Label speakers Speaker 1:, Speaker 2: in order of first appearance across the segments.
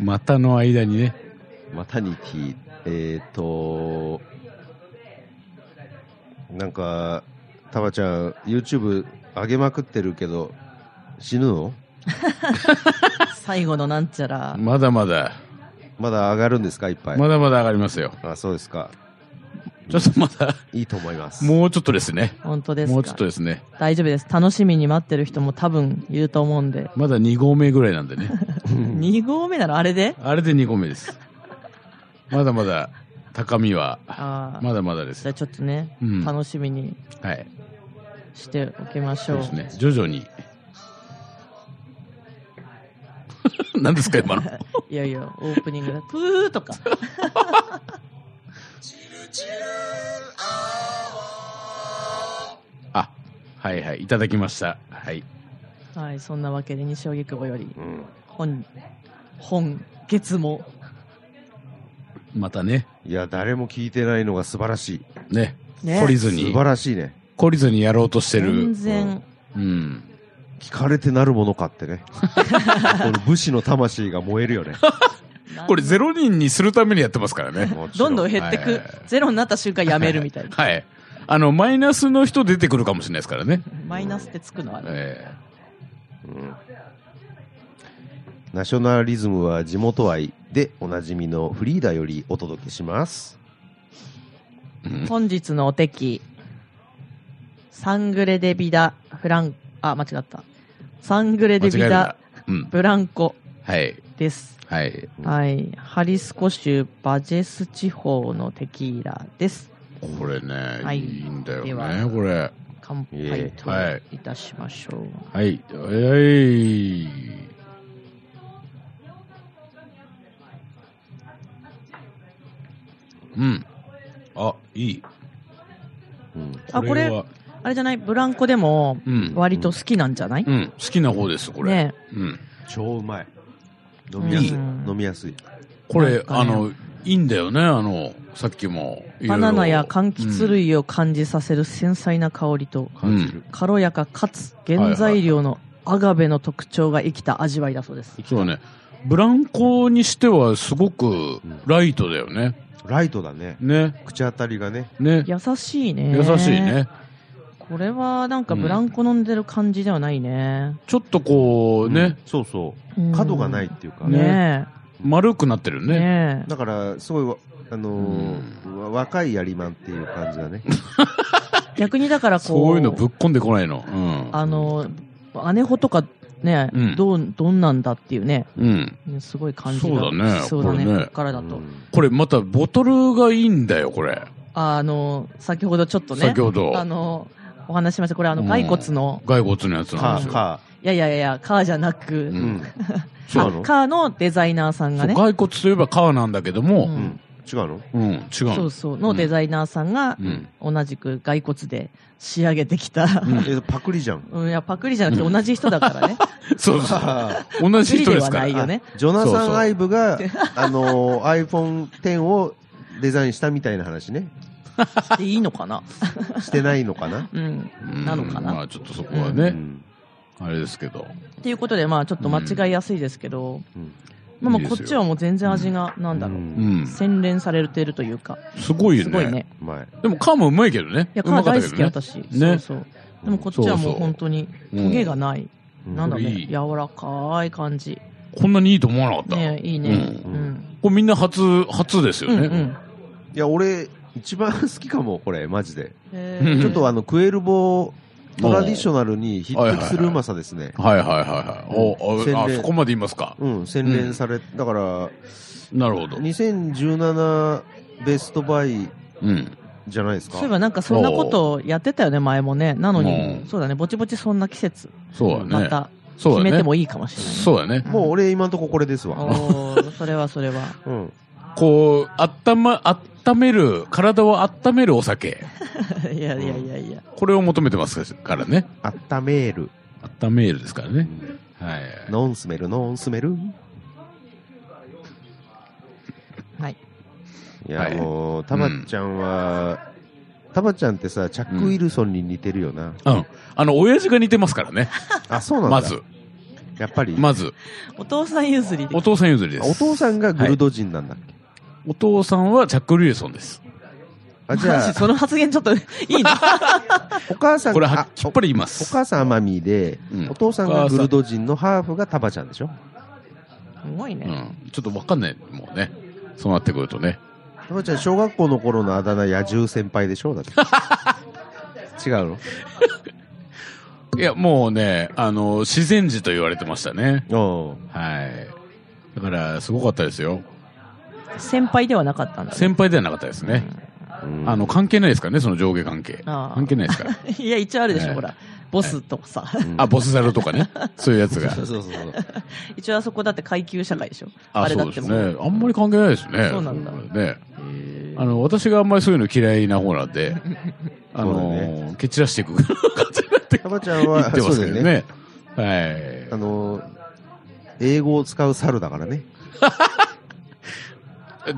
Speaker 1: 股の間にね。
Speaker 2: マタニティ、えっ、と、なんか、タバちゃん、YouTube 上げまくってるけど、死ぬの
Speaker 3: 最後のなんちゃら。
Speaker 1: まだまだ、
Speaker 2: まだ上がるんですか、いっぱい。
Speaker 1: まだまだ上がりますよ。
Speaker 2: あ、そうですか。
Speaker 1: ちょっとま だ、
Speaker 2: いいと思います。
Speaker 1: もうちょっとですね。
Speaker 3: 本当ですか
Speaker 1: もうちょっとですね。
Speaker 3: 大丈夫です。楽しみに待ってる人も多分いると思うんで。
Speaker 1: まだ2合目ぐらいなんでね。
Speaker 3: 2合目ならあれで
Speaker 1: あれで2合目です。まだまだ、高みは、
Speaker 3: ああ。
Speaker 1: まだまだです
Speaker 3: じゃあ。ちょっとね、
Speaker 1: うん
Speaker 3: 楽しみに
Speaker 1: はい。
Speaker 3: しておきまし
Speaker 1: そ
Speaker 3: ょ
Speaker 1: う
Speaker 3: う。
Speaker 1: ですね。徐々に。 何ですか、 今の。
Speaker 3: いやいや、オープニングだ。プー とか。
Speaker 1: あ、はいはい。いただきました。はい。
Speaker 3: はい、そんなわけで西荻窪より
Speaker 2: うん、
Speaker 3: 本、本、月も
Speaker 1: またね、
Speaker 2: いや、誰も聞いてないのが素晴らしい。
Speaker 1: ね、
Speaker 3: ね
Speaker 1: 懲りず
Speaker 2: 素
Speaker 1: に、
Speaker 2: 晴らしいね。
Speaker 1: 懲りずにやろうとして
Speaker 3: 全
Speaker 1: る。
Speaker 3: 然、
Speaker 1: うん。
Speaker 2: 聞かれてなるものかって ね。この武士の魂が燃えるよね。
Speaker 3: なん
Speaker 1: これ0人にするためにやってますからね。
Speaker 2: もちろ
Speaker 3: どんどん減って
Speaker 1: はい
Speaker 3: く
Speaker 1: はいはい、
Speaker 3: ゼロになった瞬間やめるみた いな。
Speaker 1: はい。あの、マイナスの人出てくるかもしれないですからね。
Speaker 3: マイナスってつくのある。
Speaker 1: え
Speaker 2: うんナショナリズムは地元愛でおなじみのフリーダよりお届けします。
Speaker 1: えうん
Speaker 3: 本日のおてき、サングレデビダ、フラン、あ、間違った。サングレデビ
Speaker 1: 間違える
Speaker 3: ダ
Speaker 1: な、うん。
Speaker 3: ブランコ
Speaker 1: はい。
Speaker 3: です。
Speaker 1: はい。
Speaker 2: うん
Speaker 3: はい。ハリスコ州バジェス地方のテキーラです。
Speaker 1: これね、、
Speaker 3: はいい
Speaker 1: いんだよね
Speaker 3: では、
Speaker 1: これ。
Speaker 3: 乾
Speaker 2: いえ
Speaker 3: 杯と
Speaker 1: はい
Speaker 3: いたしましょう。
Speaker 1: はい。はい。うん。あ、いい。
Speaker 2: うん
Speaker 3: あ、これ、
Speaker 1: は
Speaker 3: あれじゃないブランコでも、
Speaker 1: うん。
Speaker 3: 割と好きなんじゃない、
Speaker 1: うん。好きな方です、これ。
Speaker 3: ね
Speaker 1: うん。
Speaker 2: 超うまい。飲みやすい。
Speaker 3: うん
Speaker 2: 飲みやすい。
Speaker 1: これ、
Speaker 3: なんかね
Speaker 1: あの、いいんだよね、あの、さっきも。いろいろ
Speaker 3: バナナや柑橘。類を感じさせる繊細な香りと、
Speaker 2: 感じる。
Speaker 3: 軽やかかつ原材料のアガベの特徴が生きた味わいだそうです
Speaker 1: うん。そうだね。ブランコにしてはすごく
Speaker 2: ん
Speaker 1: ライトだよね。
Speaker 2: ライトだね。
Speaker 1: ね。
Speaker 2: 口当たりがね。
Speaker 1: ね。
Speaker 3: 優しいね。
Speaker 1: 優しい。ね。
Speaker 3: これはなんかブランコ飲んでる感じではないね。
Speaker 1: ちょっとこう、ね、
Speaker 2: うん。そうそ
Speaker 3: うん
Speaker 2: う。角がないっていうか。
Speaker 3: ね
Speaker 1: 丸くなってる
Speaker 3: え。
Speaker 1: ね。
Speaker 3: ね
Speaker 2: だから、すごいわ、あのーわ若いやりまんっていう感じだね。
Speaker 3: え。逆にだからこう、
Speaker 1: そういうのぶっこんでこないの。う
Speaker 3: あの、姉穂とかね、
Speaker 1: うん
Speaker 3: どう、どんなんだっていうね、
Speaker 1: ん。うん。
Speaker 3: すごい感じが
Speaker 1: そうだね
Speaker 3: しそうだね、
Speaker 1: こ
Speaker 3: こ
Speaker 1: れね
Speaker 3: っからだと。
Speaker 2: うん
Speaker 1: これまたボトルがいいんだよ、これ。
Speaker 3: あの、先ほどちょっとね、
Speaker 1: 先ほど。
Speaker 3: あの、お話ししました。これあの、
Speaker 1: うん
Speaker 3: 骸骨の、
Speaker 1: 骸骨のやつなん
Speaker 2: カ
Speaker 1: で
Speaker 2: ー、
Speaker 1: すよ。
Speaker 2: カ
Speaker 3: いやいやいや、カーじゃなく、
Speaker 1: う
Speaker 2: ー。
Speaker 1: ん
Speaker 2: うん。
Speaker 1: そう
Speaker 2: の
Speaker 3: カーのデザイナーさん
Speaker 1: そ
Speaker 3: が
Speaker 1: う
Speaker 3: ね、
Speaker 1: 骸骨といえば革なんだけど
Speaker 3: う
Speaker 1: も、
Speaker 3: ん
Speaker 2: 違うの
Speaker 1: うん、違う
Speaker 3: そ
Speaker 1: の
Speaker 3: う。そう、のデザイナーさんが
Speaker 1: う、ん。
Speaker 3: 同じく骸骨で仕上げてきた。
Speaker 1: うん
Speaker 2: え、パクリじゃん。
Speaker 3: うん、いや、パクリじゃなくて同じ人だからね。
Speaker 1: そうそう
Speaker 2: あ
Speaker 1: そう。同じ人ですか
Speaker 3: い
Speaker 1: ら
Speaker 3: い。よね。
Speaker 2: ジョナ
Speaker 1: そう
Speaker 2: サ
Speaker 1: そう
Speaker 2: ン・アイブが、あのー、iPhone X をデザインしたみたいな話ね。
Speaker 3: でいいのかな
Speaker 2: してないのかな
Speaker 3: うん。
Speaker 1: うん
Speaker 3: なのかな
Speaker 1: まあちょっとそこは
Speaker 2: う
Speaker 1: ね、
Speaker 2: ん
Speaker 1: あれですけど。
Speaker 3: っていうことで、まあ、ちょっと間違いやすいですけど、
Speaker 2: うん
Speaker 3: まあまあ
Speaker 1: いいです
Speaker 3: こ
Speaker 1: よ
Speaker 3: っちはもう全然味が、なんだろ
Speaker 2: う
Speaker 3: う。
Speaker 1: うんん。
Speaker 3: 洗練されてるというか、
Speaker 1: すごいよ
Speaker 3: すごい
Speaker 1: ね。
Speaker 3: ね。
Speaker 2: うまい。
Speaker 1: でも革もうまいけどね。
Speaker 3: いや、
Speaker 1: う
Speaker 3: カ
Speaker 1: ま
Speaker 3: ー
Speaker 1: かっ
Speaker 3: 大
Speaker 1: た
Speaker 3: 好
Speaker 1: け
Speaker 3: き、
Speaker 1: どね。
Speaker 3: 私。
Speaker 1: ね
Speaker 3: そうそう。でもこっちはもう
Speaker 1: そうそう
Speaker 3: 本当に、
Speaker 1: うん
Speaker 3: トゲがない。
Speaker 2: うん
Speaker 3: なんだろう
Speaker 1: いい
Speaker 3: ね、柔らかい感じ。
Speaker 1: こんなにいいと思わなかった。
Speaker 3: ねいいね。
Speaker 1: う
Speaker 3: うんん。
Speaker 1: これみんな初、初です
Speaker 3: う
Speaker 1: よ
Speaker 3: ん
Speaker 1: ね。
Speaker 3: うん。
Speaker 2: いや、俺、一番好きかも、これ、マジで。
Speaker 3: へ
Speaker 1: うん
Speaker 3: ー
Speaker 2: ちょっとあの、クエルボートラディショナルに匹敵するうまさですね。
Speaker 1: はいはいはいはい。
Speaker 2: 洗
Speaker 1: お、あ、あ
Speaker 2: 礼
Speaker 1: そこまで言いますか。
Speaker 2: うん、洗練され、だから、
Speaker 1: なるほど。
Speaker 2: 2017ベストバイ
Speaker 1: うん。
Speaker 2: じゃないですか
Speaker 3: そういえ。ばなんかそんなことやってたよね、前もね。なの
Speaker 1: う
Speaker 3: に
Speaker 1: ん、
Speaker 3: そうだね、ぼちぼちそんな季節。
Speaker 1: そうだ
Speaker 3: ま
Speaker 1: ね。
Speaker 3: た、
Speaker 1: そ
Speaker 3: 決
Speaker 1: うだ
Speaker 3: め
Speaker 1: ね
Speaker 3: て。もいいかもしれないね。
Speaker 1: そうだね。
Speaker 2: もう俺、今んとここれですわ。
Speaker 3: おーそれはそ れは。
Speaker 2: うん。
Speaker 1: こう、温ま、温める、体を温めるお酒。
Speaker 3: いやいやいやいや。
Speaker 1: これを求めてますからね。
Speaker 2: あっためる。
Speaker 1: 温めるですからね。はい。
Speaker 2: ノンスメル、ノンスメル。
Speaker 3: はい。
Speaker 2: いや、
Speaker 1: はい
Speaker 2: もう、たまちゃんは、タバちゃんってさ、チャック・ウィルソンに似てるよな。
Speaker 1: うん。あの、親父が似てますからね。
Speaker 2: あ、そうなんだ。
Speaker 1: まず。。
Speaker 2: やっぱり。
Speaker 1: まず。
Speaker 3: お父さん譲りで
Speaker 1: お。父さん譲りで
Speaker 2: お
Speaker 1: す。
Speaker 2: 父さんがグルド人なんだっけ、
Speaker 1: お父さんはチャック・リューソンです。
Speaker 2: あ、じゃ
Speaker 3: マジ
Speaker 2: あ、
Speaker 3: その発言ちょっといいな。
Speaker 2: お母さん
Speaker 1: これは
Speaker 2: あ
Speaker 1: きっぱり言いま
Speaker 2: お
Speaker 1: す。
Speaker 2: 母さんアマミーで、
Speaker 1: うん
Speaker 2: お父さんがグルド人のハーフがタバちゃんでしょ
Speaker 3: すごいうね。
Speaker 1: ん。ちょっとわかんない、もうね。そうなってくるとね。
Speaker 2: タバちゃん、小学校の頃のあだ名、野獣先輩でしょだって。 違うの
Speaker 1: いや、もうね、あの、自然児と言われてましたね。
Speaker 2: お
Speaker 1: はい。だから、すごかったですよ。
Speaker 3: 先輩ではなかったんだ、ね。
Speaker 1: 先輩ではなかったですね。
Speaker 2: うん
Speaker 1: あの、、関係ないですからね、その上下関係。
Speaker 3: あー
Speaker 1: 関係ないですから。
Speaker 3: いや、一応あるでしょ、
Speaker 1: ええ
Speaker 3: ほら。ボスとかさ。
Speaker 2: うん
Speaker 1: あ、ボスザルとかね。そういうやつ が。
Speaker 2: そうそうそうそう。
Speaker 3: 一応あそこだって階級社会でしょ。
Speaker 1: あ、
Speaker 3: あれだ
Speaker 1: そう
Speaker 3: っ
Speaker 1: で
Speaker 3: て
Speaker 1: す
Speaker 3: も
Speaker 1: ね。あんまり関係ないですね。
Speaker 3: そうなんだ
Speaker 1: ね。あの、私があんまりそういうの嫌いな方なん で、あ
Speaker 2: そうだ
Speaker 1: の、蹴散らしてい く感じになって
Speaker 2: タバちゃん
Speaker 1: 言
Speaker 2: は、
Speaker 1: ってま
Speaker 2: そう
Speaker 1: す
Speaker 2: だ
Speaker 1: け
Speaker 2: よ
Speaker 1: ど
Speaker 2: ね。
Speaker 1: ね。はい。
Speaker 2: あの、英語を使う猿だからね。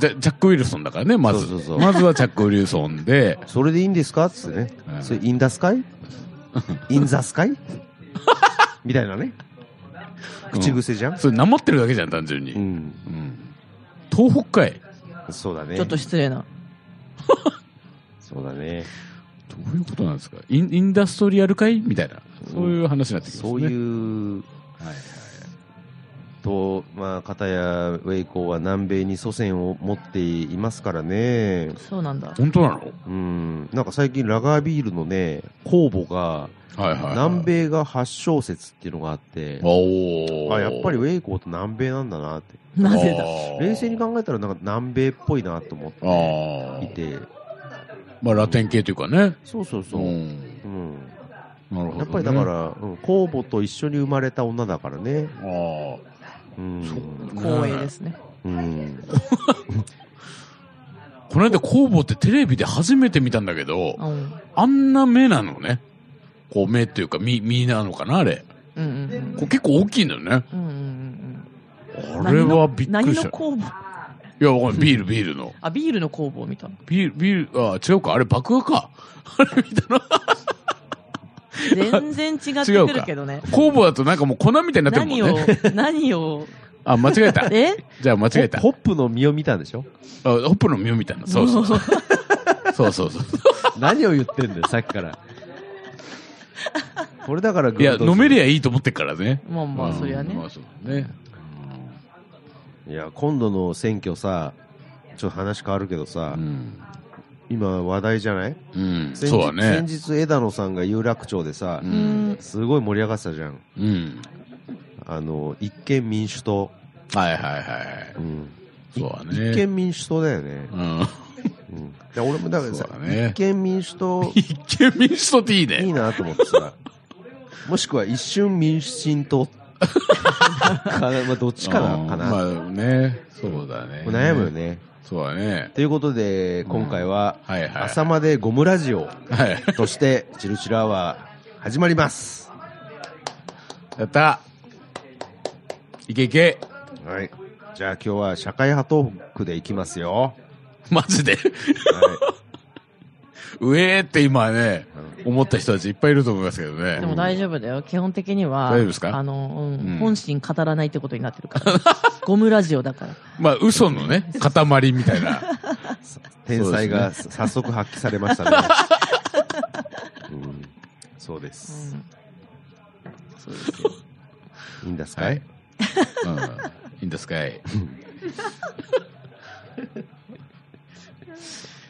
Speaker 1: じゃチャック・ウィルソンだからね、ま
Speaker 2: そ
Speaker 1: ず。
Speaker 2: うそうそう
Speaker 1: まずはチャック・ウィルソンで、
Speaker 2: それでいいんですかっつってね。
Speaker 1: うん
Speaker 2: それ、インダス カイインザスカイみたいなね。 口癖じゃん、
Speaker 1: それ、なまってるだけじゃん、単純に。
Speaker 2: う
Speaker 1: うん
Speaker 2: ん、
Speaker 1: 東北海。
Speaker 2: そうだね。
Speaker 3: ちょっと失礼な。
Speaker 2: そうだね。
Speaker 1: どういうことなんですかインインダストリアル海みたいな。そういう話になってきますね。
Speaker 2: そういう、
Speaker 1: はいはい
Speaker 2: と、まあ、片やウェイコーは南米に祖先を持っていますからね。
Speaker 3: そうなんだ。
Speaker 1: 本当なの
Speaker 2: うん。なんか最近ラガービールのね、酵母が、
Speaker 1: はいはいはい。
Speaker 2: 南米が発祥説っていうのがあって、
Speaker 1: おー
Speaker 2: あ、やっぱりウェイコーと南米なんだなって。
Speaker 3: なぜだ。
Speaker 1: あー
Speaker 2: 冷静に考えたらなんか南米っぽいなと思って
Speaker 1: あ
Speaker 2: い
Speaker 1: あ。
Speaker 2: て。
Speaker 1: まあ、ラテン系というかね。
Speaker 2: そうそうそうう。うん
Speaker 1: ん。なるほど、ね。
Speaker 2: やっぱりだか、ら、うん、酵母と一緒に生まれた女だからね。
Speaker 1: ああ。
Speaker 2: うん。
Speaker 1: そう
Speaker 3: 光栄ですね。
Speaker 2: うん。
Speaker 1: この間、工房ってテレビで初めて見たんだけど、
Speaker 3: うん。
Speaker 1: あんな目なのね。こう、目っていうか、み、みなのかな、あれ。
Speaker 3: うんうんうん
Speaker 1: こう結構大きいんだよね。
Speaker 3: うんうんうんうん。
Speaker 1: あれはびっく
Speaker 3: 何
Speaker 1: り
Speaker 3: の
Speaker 1: した。
Speaker 3: 何の工房
Speaker 1: いや、わかんない。ビール、ビールの。
Speaker 3: あ、ビールの工房 みたいな。
Speaker 1: ビール、ビール、あ、違うか。あれ、爆破か。 あれ見たの。
Speaker 3: 全然違ってくるけどね。
Speaker 1: 工房だとなんかもう粉みたいになってる
Speaker 3: 何
Speaker 1: もん
Speaker 3: を
Speaker 1: ね。、
Speaker 3: 何を、
Speaker 1: あ、間違え た。
Speaker 3: え
Speaker 1: じゃあ、間違えた。あ
Speaker 2: ホップの実を見たんでし ょ
Speaker 1: ホップの実みたいな。そうそうそう。
Speaker 3: う。
Speaker 1: そうそうそう。
Speaker 2: 何を言ってんだよ、さっきから。これだから
Speaker 1: いや、飲めり
Speaker 2: や。
Speaker 1: ゃいいと思ってっからね。
Speaker 3: まあまあ、
Speaker 1: うん
Speaker 3: そりゃね
Speaker 1: ま。あ、そうだね。
Speaker 2: いや、今度の選挙さ、ちょっと話変わるけどさ、
Speaker 1: うん。
Speaker 2: 今話題じゃない
Speaker 1: うん。
Speaker 2: 先日
Speaker 1: そうだ
Speaker 2: 先
Speaker 1: ね。
Speaker 2: 日、枝野さんが有楽町でさ
Speaker 1: う、。
Speaker 3: うんん。
Speaker 2: すごい盛り上がってたじゃん。
Speaker 1: うん。
Speaker 2: あの、一見民主党。
Speaker 1: はいはいはい。
Speaker 2: うん
Speaker 1: そうだね。
Speaker 2: 一見民主党だよね。
Speaker 1: うん。
Speaker 2: うんで俺もだからさ
Speaker 1: そうだ、ね
Speaker 2: 一見民主党
Speaker 1: 一見民主党っていい
Speaker 2: いい
Speaker 1: ね。
Speaker 2: なと思ってさ、もしくは一瞬民主進党かな、まあ、どっちかな、
Speaker 1: うん
Speaker 2: かな。
Speaker 1: まあね。そうだね。
Speaker 2: 悩むよ。ね。
Speaker 1: そうだね。
Speaker 2: ということで、今回は、
Speaker 1: はいはい。
Speaker 2: 朝までゴムラジオ
Speaker 1: はい。
Speaker 2: として、チルチルアワー始まります。
Speaker 1: やった。いけいけ。
Speaker 2: はい。じゃあ今日は社会派トークでいきますよ。
Speaker 1: マジで。
Speaker 2: は
Speaker 1: うえーって今ね、
Speaker 2: い
Speaker 1: 思った人たちいっぱいいると思いますけどね
Speaker 3: で。も大丈夫だよ。基本的には、
Speaker 1: 大丈夫ですか
Speaker 3: あの、うん
Speaker 1: うん
Speaker 3: 本心語らないってことになって るから。ゴムラジオだから。
Speaker 1: まあ、嘘のね、塊 みたいな。
Speaker 2: 天才が早速発揮されました ね。うんそうで
Speaker 3: う
Speaker 2: す。
Speaker 3: ん。そうですよ。
Speaker 2: いいんですか、
Speaker 1: はい。うん。いいんです かい。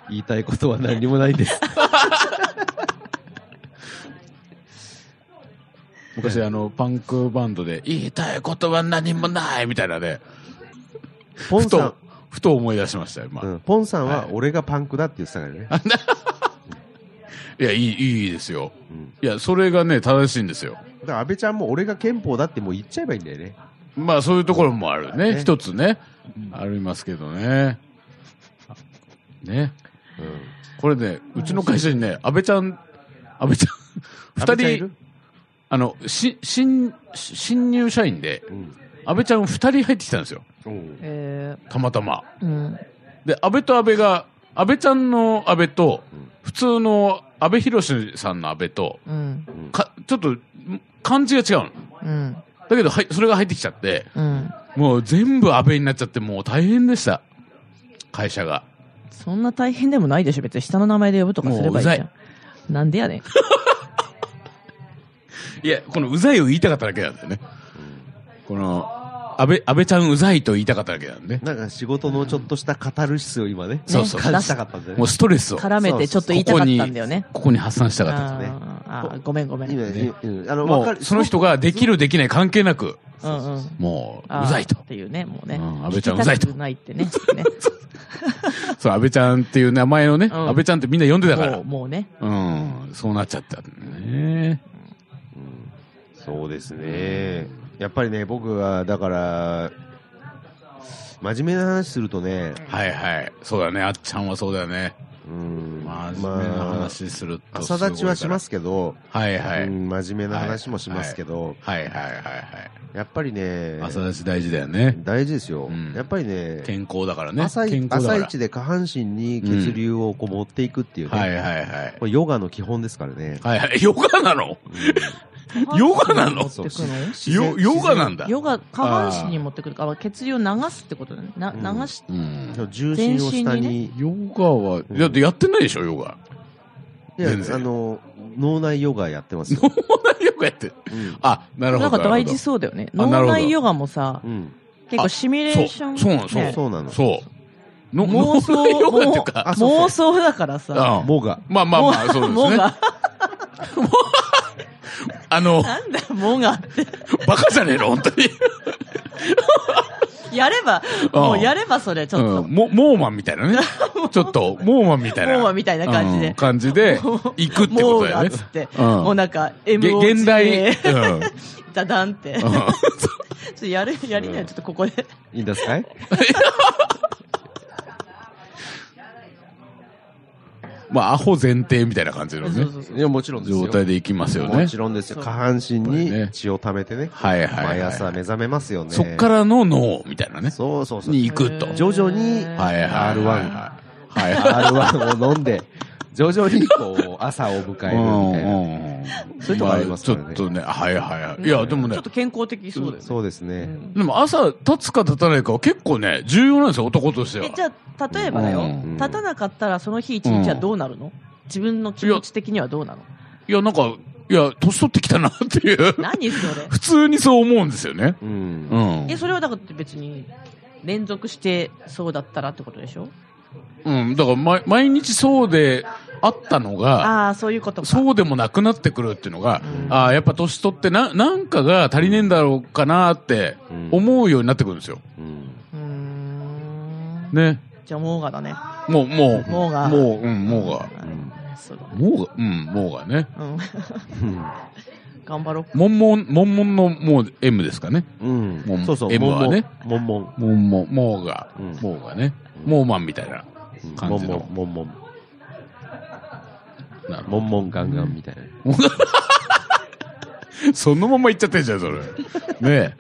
Speaker 2: 言いたいことは何もない です。
Speaker 1: 昔、あの、パンクバンドで、言いたいことは何もないみたいなね、
Speaker 2: ポ
Speaker 1: ふ
Speaker 2: ンさ
Speaker 1: と、ふと思い出しました、今。
Speaker 2: ん、うん、ポンさん
Speaker 1: は
Speaker 2: はい俺がパンクだって言ってたからね。
Speaker 1: いや、いい、いいですよ。
Speaker 2: うん
Speaker 1: いや、それがね、正しいんですよ。
Speaker 2: だから安倍ちゃんも俺が憲法だってもう言っちゃえばいいんだよね。
Speaker 1: まあ、そういうところもあるね。
Speaker 2: ね
Speaker 1: 一つね。ありますけどね。ね。これね、うちの会社にね、安倍ちゃん、安倍ちゃん、
Speaker 2: 安倍ちゃん
Speaker 1: 二
Speaker 2: い
Speaker 1: 人
Speaker 2: る、
Speaker 1: あの、し、新、新入社員で、
Speaker 2: うん。
Speaker 1: 安倍ちゃん二人入ってきたんですよ。
Speaker 2: うん。
Speaker 3: え
Speaker 1: たまたま。
Speaker 3: ー、うん。
Speaker 1: で、安倍と安倍が、安倍ちゃんの安倍と
Speaker 2: うん、
Speaker 1: 普通の安倍博さんの安倍と、
Speaker 3: うん。
Speaker 1: か、ちょっと、ん感じが違うの。
Speaker 3: うん。
Speaker 1: だけど、はい、それが入ってきちゃって、
Speaker 3: うん。
Speaker 1: もう全部安倍になっちゃって、もう大変でした。会社が。
Speaker 3: そんな大変でもないでしょ。別に下の名前で呼ぶとかすればいいじ
Speaker 1: も
Speaker 3: ゃん。なんでやねん。
Speaker 1: いや、このうざいを言いたかっただけなんだよね。この、安倍、安倍ちゃんうざいと言いたかっただけなんで。
Speaker 2: なんか仕事のちょっとしたカタルシスを今ね、
Speaker 1: そうそう
Speaker 2: 感じたかったんだよね
Speaker 1: もう。ストレスを、こ
Speaker 3: 絡めてちょっと言いたかったんだよね。
Speaker 1: こに発散したかった。
Speaker 2: うそうそう
Speaker 3: あーあー、ごめんごめん。うん
Speaker 2: 今ねうんあの、
Speaker 1: も
Speaker 2: わか
Speaker 1: う
Speaker 2: る。、
Speaker 1: その人ができるできない関係なく、
Speaker 3: うん。
Speaker 1: もう、
Speaker 3: あー
Speaker 1: うざいと
Speaker 3: っ。ていうね、もうね。
Speaker 1: うん安倍ちゃんうざいと
Speaker 3: 聞きたくないっ てね。ね
Speaker 1: そう、安倍ちゃんっていう名前をね、
Speaker 3: うん
Speaker 1: 安倍ちゃんってみんな呼んでたか
Speaker 3: もう、もうね。
Speaker 1: ら。うん、そうなっちゃったんだね。
Speaker 2: うんそうですね。やっぱりね、僕は、だから、真面目な話するとね、
Speaker 1: はいはい。そうだね、あっちゃんはそうだよね。
Speaker 2: うん、
Speaker 1: 真面目な話するとすごいか
Speaker 2: 朝
Speaker 1: ら。
Speaker 2: 立ちはしますけど、
Speaker 1: はいはい。は
Speaker 2: う
Speaker 1: い
Speaker 2: ん真面目な話もしますけど、
Speaker 1: はいはいはい。
Speaker 2: やっぱりね、
Speaker 1: 朝立ち大事だよね。
Speaker 2: 大事ですよ、
Speaker 1: うん
Speaker 2: やっぱりね、
Speaker 1: 健康だからね。
Speaker 2: 朝
Speaker 1: 健
Speaker 2: い
Speaker 1: 康だか
Speaker 2: 朝
Speaker 1: ら。
Speaker 2: 一で下半身に血流をこう持っていくっていうね、
Speaker 1: はいはいはい。
Speaker 2: これヨガの基本ですから ね。
Speaker 1: はいはい。ヨガなのヨガなの
Speaker 3: 持ってくの
Speaker 2: 自然
Speaker 1: ヨヨガなんだ。
Speaker 3: ヨガ、下半身に持ってくるから、血流を流すってことだね。な、
Speaker 2: うん
Speaker 3: 流し、
Speaker 1: うん
Speaker 2: 自然重心を下
Speaker 3: 全身
Speaker 2: に、
Speaker 1: ヨガは、
Speaker 2: うん
Speaker 1: だってやってないでしょ、ヨガ。
Speaker 2: いや
Speaker 1: 全然
Speaker 2: あの、脳内ヨガやってますよ。
Speaker 1: ヨガやって。
Speaker 2: うん
Speaker 1: あ、なるほ
Speaker 3: なんか
Speaker 1: ど。
Speaker 3: 大事
Speaker 1: なる
Speaker 3: そうだよね。
Speaker 1: あなるほど
Speaker 3: 脳内ヨガもさ、
Speaker 2: うん
Speaker 3: 結構シミュレーション。
Speaker 1: あそうそうなの
Speaker 2: そう
Speaker 3: ね
Speaker 2: そうな
Speaker 1: ほど
Speaker 2: の。
Speaker 1: そう。の
Speaker 3: 妄想
Speaker 1: 脳内ヨガっていうか。
Speaker 2: あそうそう
Speaker 3: 妄想だからさ。
Speaker 1: うん
Speaker 2: もが。
Speaker 1: まあまあまあ、そうです
Speaker 3: も
Speaker 1: ね。
Speaker 3: が、
Speaker 1: あの、
Speaker 3: なんだよ、もがって。
Speaker 1: バカじゃねえの、本当に。
Speaker 3: やれば、
Speaker 1: うん
Speaker 3: もうやればそれ、ちょっと。
Speaker 1: うん、モモーマンみたい なね。ちょっと、モーマンみたいな。
Speaker 3: モーマンみたいな感じで
Speaker 1: うん感じで、行くって
Speaker 3: も
Speaker 1: こと
Speaker 3: う
Speaker 1: だよ
Speaker 3: がっ
Speaker 1: ね
Speaker 3: つ。って、
Speaker 1: うん
Speaker 3: もうなんか、M
Speaker 1: げ
Speaker 3: o
Speaker 1: 現代、
Speaker 3: で、
Speaker 1: うん。
Speaker 3: ダダンって。ち
Speaker 1: う
Speaker 3: ょ
Speaker 1: ん
Speaker 3: っとやる、やりなよ、ちょっとここで。
Speaker 2: いいんですかい
Speaker 1: まあ、アホ前提みたいな感じの
Speaker 3: そ
Speaker 1: ね
Speaker 3: う、そうそう
Speaker 2: いや、もちろんですよ。
Speaker 1: 状態で行きますよ
Speaker 2: も
Speaker 1: ね
Speaker 2: ち。ろんですよ。
Speaker 3: そう
Speaker 2: 下半身に血を溜めてね。
Speaker 1: はいはい、はい。
Speaker 2: 毎朝目覚めますよね。
Speaker 1: そっか。らの脳みたいなね。
Speaker 2: そうそうそう。
Speaker 1: に行くと。
Speaker 3: へー
Speaker 2: 徐々に
Speaker 1: はいはいはいはい。はいは
Speaker 2: R1 を飲ん で、徐々にこう、朝を迎え
Speaker 1: い。
Speaker 2: るみたいな。
Speaker 1: うんうん
Speaker 2: そういうとこありますからね
Speaker 1: あちょっとね、はいはいはい。いや、でも
Speaker 3: ち
Speaker 1: ね
Speaker 3: ょっ、と健康的そうだよね。
Speaker 2: そうですね。
Speaker 1: でも朝立つか立たないかは結構ね、重要なんですよ、男としては。
Speaker 3: え、じゃあ、例えばだよ、
Speaker 1: うん
Speaker 3: 立たなかったらその日一日はどうなるの、自分の気持ち的にはどうなの
Speaker 1: いや、なんか、いや、年取ってきたなっていう。
Speaker 3: 何それ
Speaker 1: 普通にそう思うんですよね。
Speaker 2: う。
Speaker 1: うんん
Speaker 3: え、。それはだから別に、連続してそうだったらってことでしょ
Speaker 1: うん。だから、ま、毎日そうであったのが、
Speaker 3: ああー、そういうことか。
Speaker 1: そうでもなくなってくるっていうのが、
Speaker 3: うん
Speaker 1: ああ、やっぱ年取ってな、なんかが足りねえんだろうかなって
Speaker 2: うん
Speaker 1: 思うようになってくるんですよ。
Speaker 2: うん
Speaker 3: うーん。
Speaker 1: ね。
Speaker 3: じゃあ、モーガだね。
Speaker 1: もう、もう、
Speaker 3: モーガ。
Speaker 1: もう、うん、もう
Speaker 2: うん
Speaker 3: あそうだ
Speaker 1: が。もうが、うん、もうがね。
Speaker 3: うん。 頑張ろう。
Speaker 1: もんもん、もんもんの、もう M ですかね。
Speaker 2: うん
Speaker 1: もん
Speaker 2: そうそう、
Speaker 1: M
Speaker 2: もん
Speaker 1: は
Speaker 2: もん
Speaker 1: ね。
Speaker 2: もんもん。
Speaker 1: もんもん、もうが
Speaker 2: うん、
Speaker 1: もうがね。もうマンみたいな。
Speaker 2: も
Speaker 1: 感
Speaker 2: ん
Speaker 1: じ
Speaker 2: も
Speaker 1: の
Speaker 2: ん、もんもん。
Speaker 1: なるほ
Speaker 2: もんもんガンガンみたいな。
Speaker 1: ど。 そのまま言っちゃってんじゃん、そ れ。ねえ。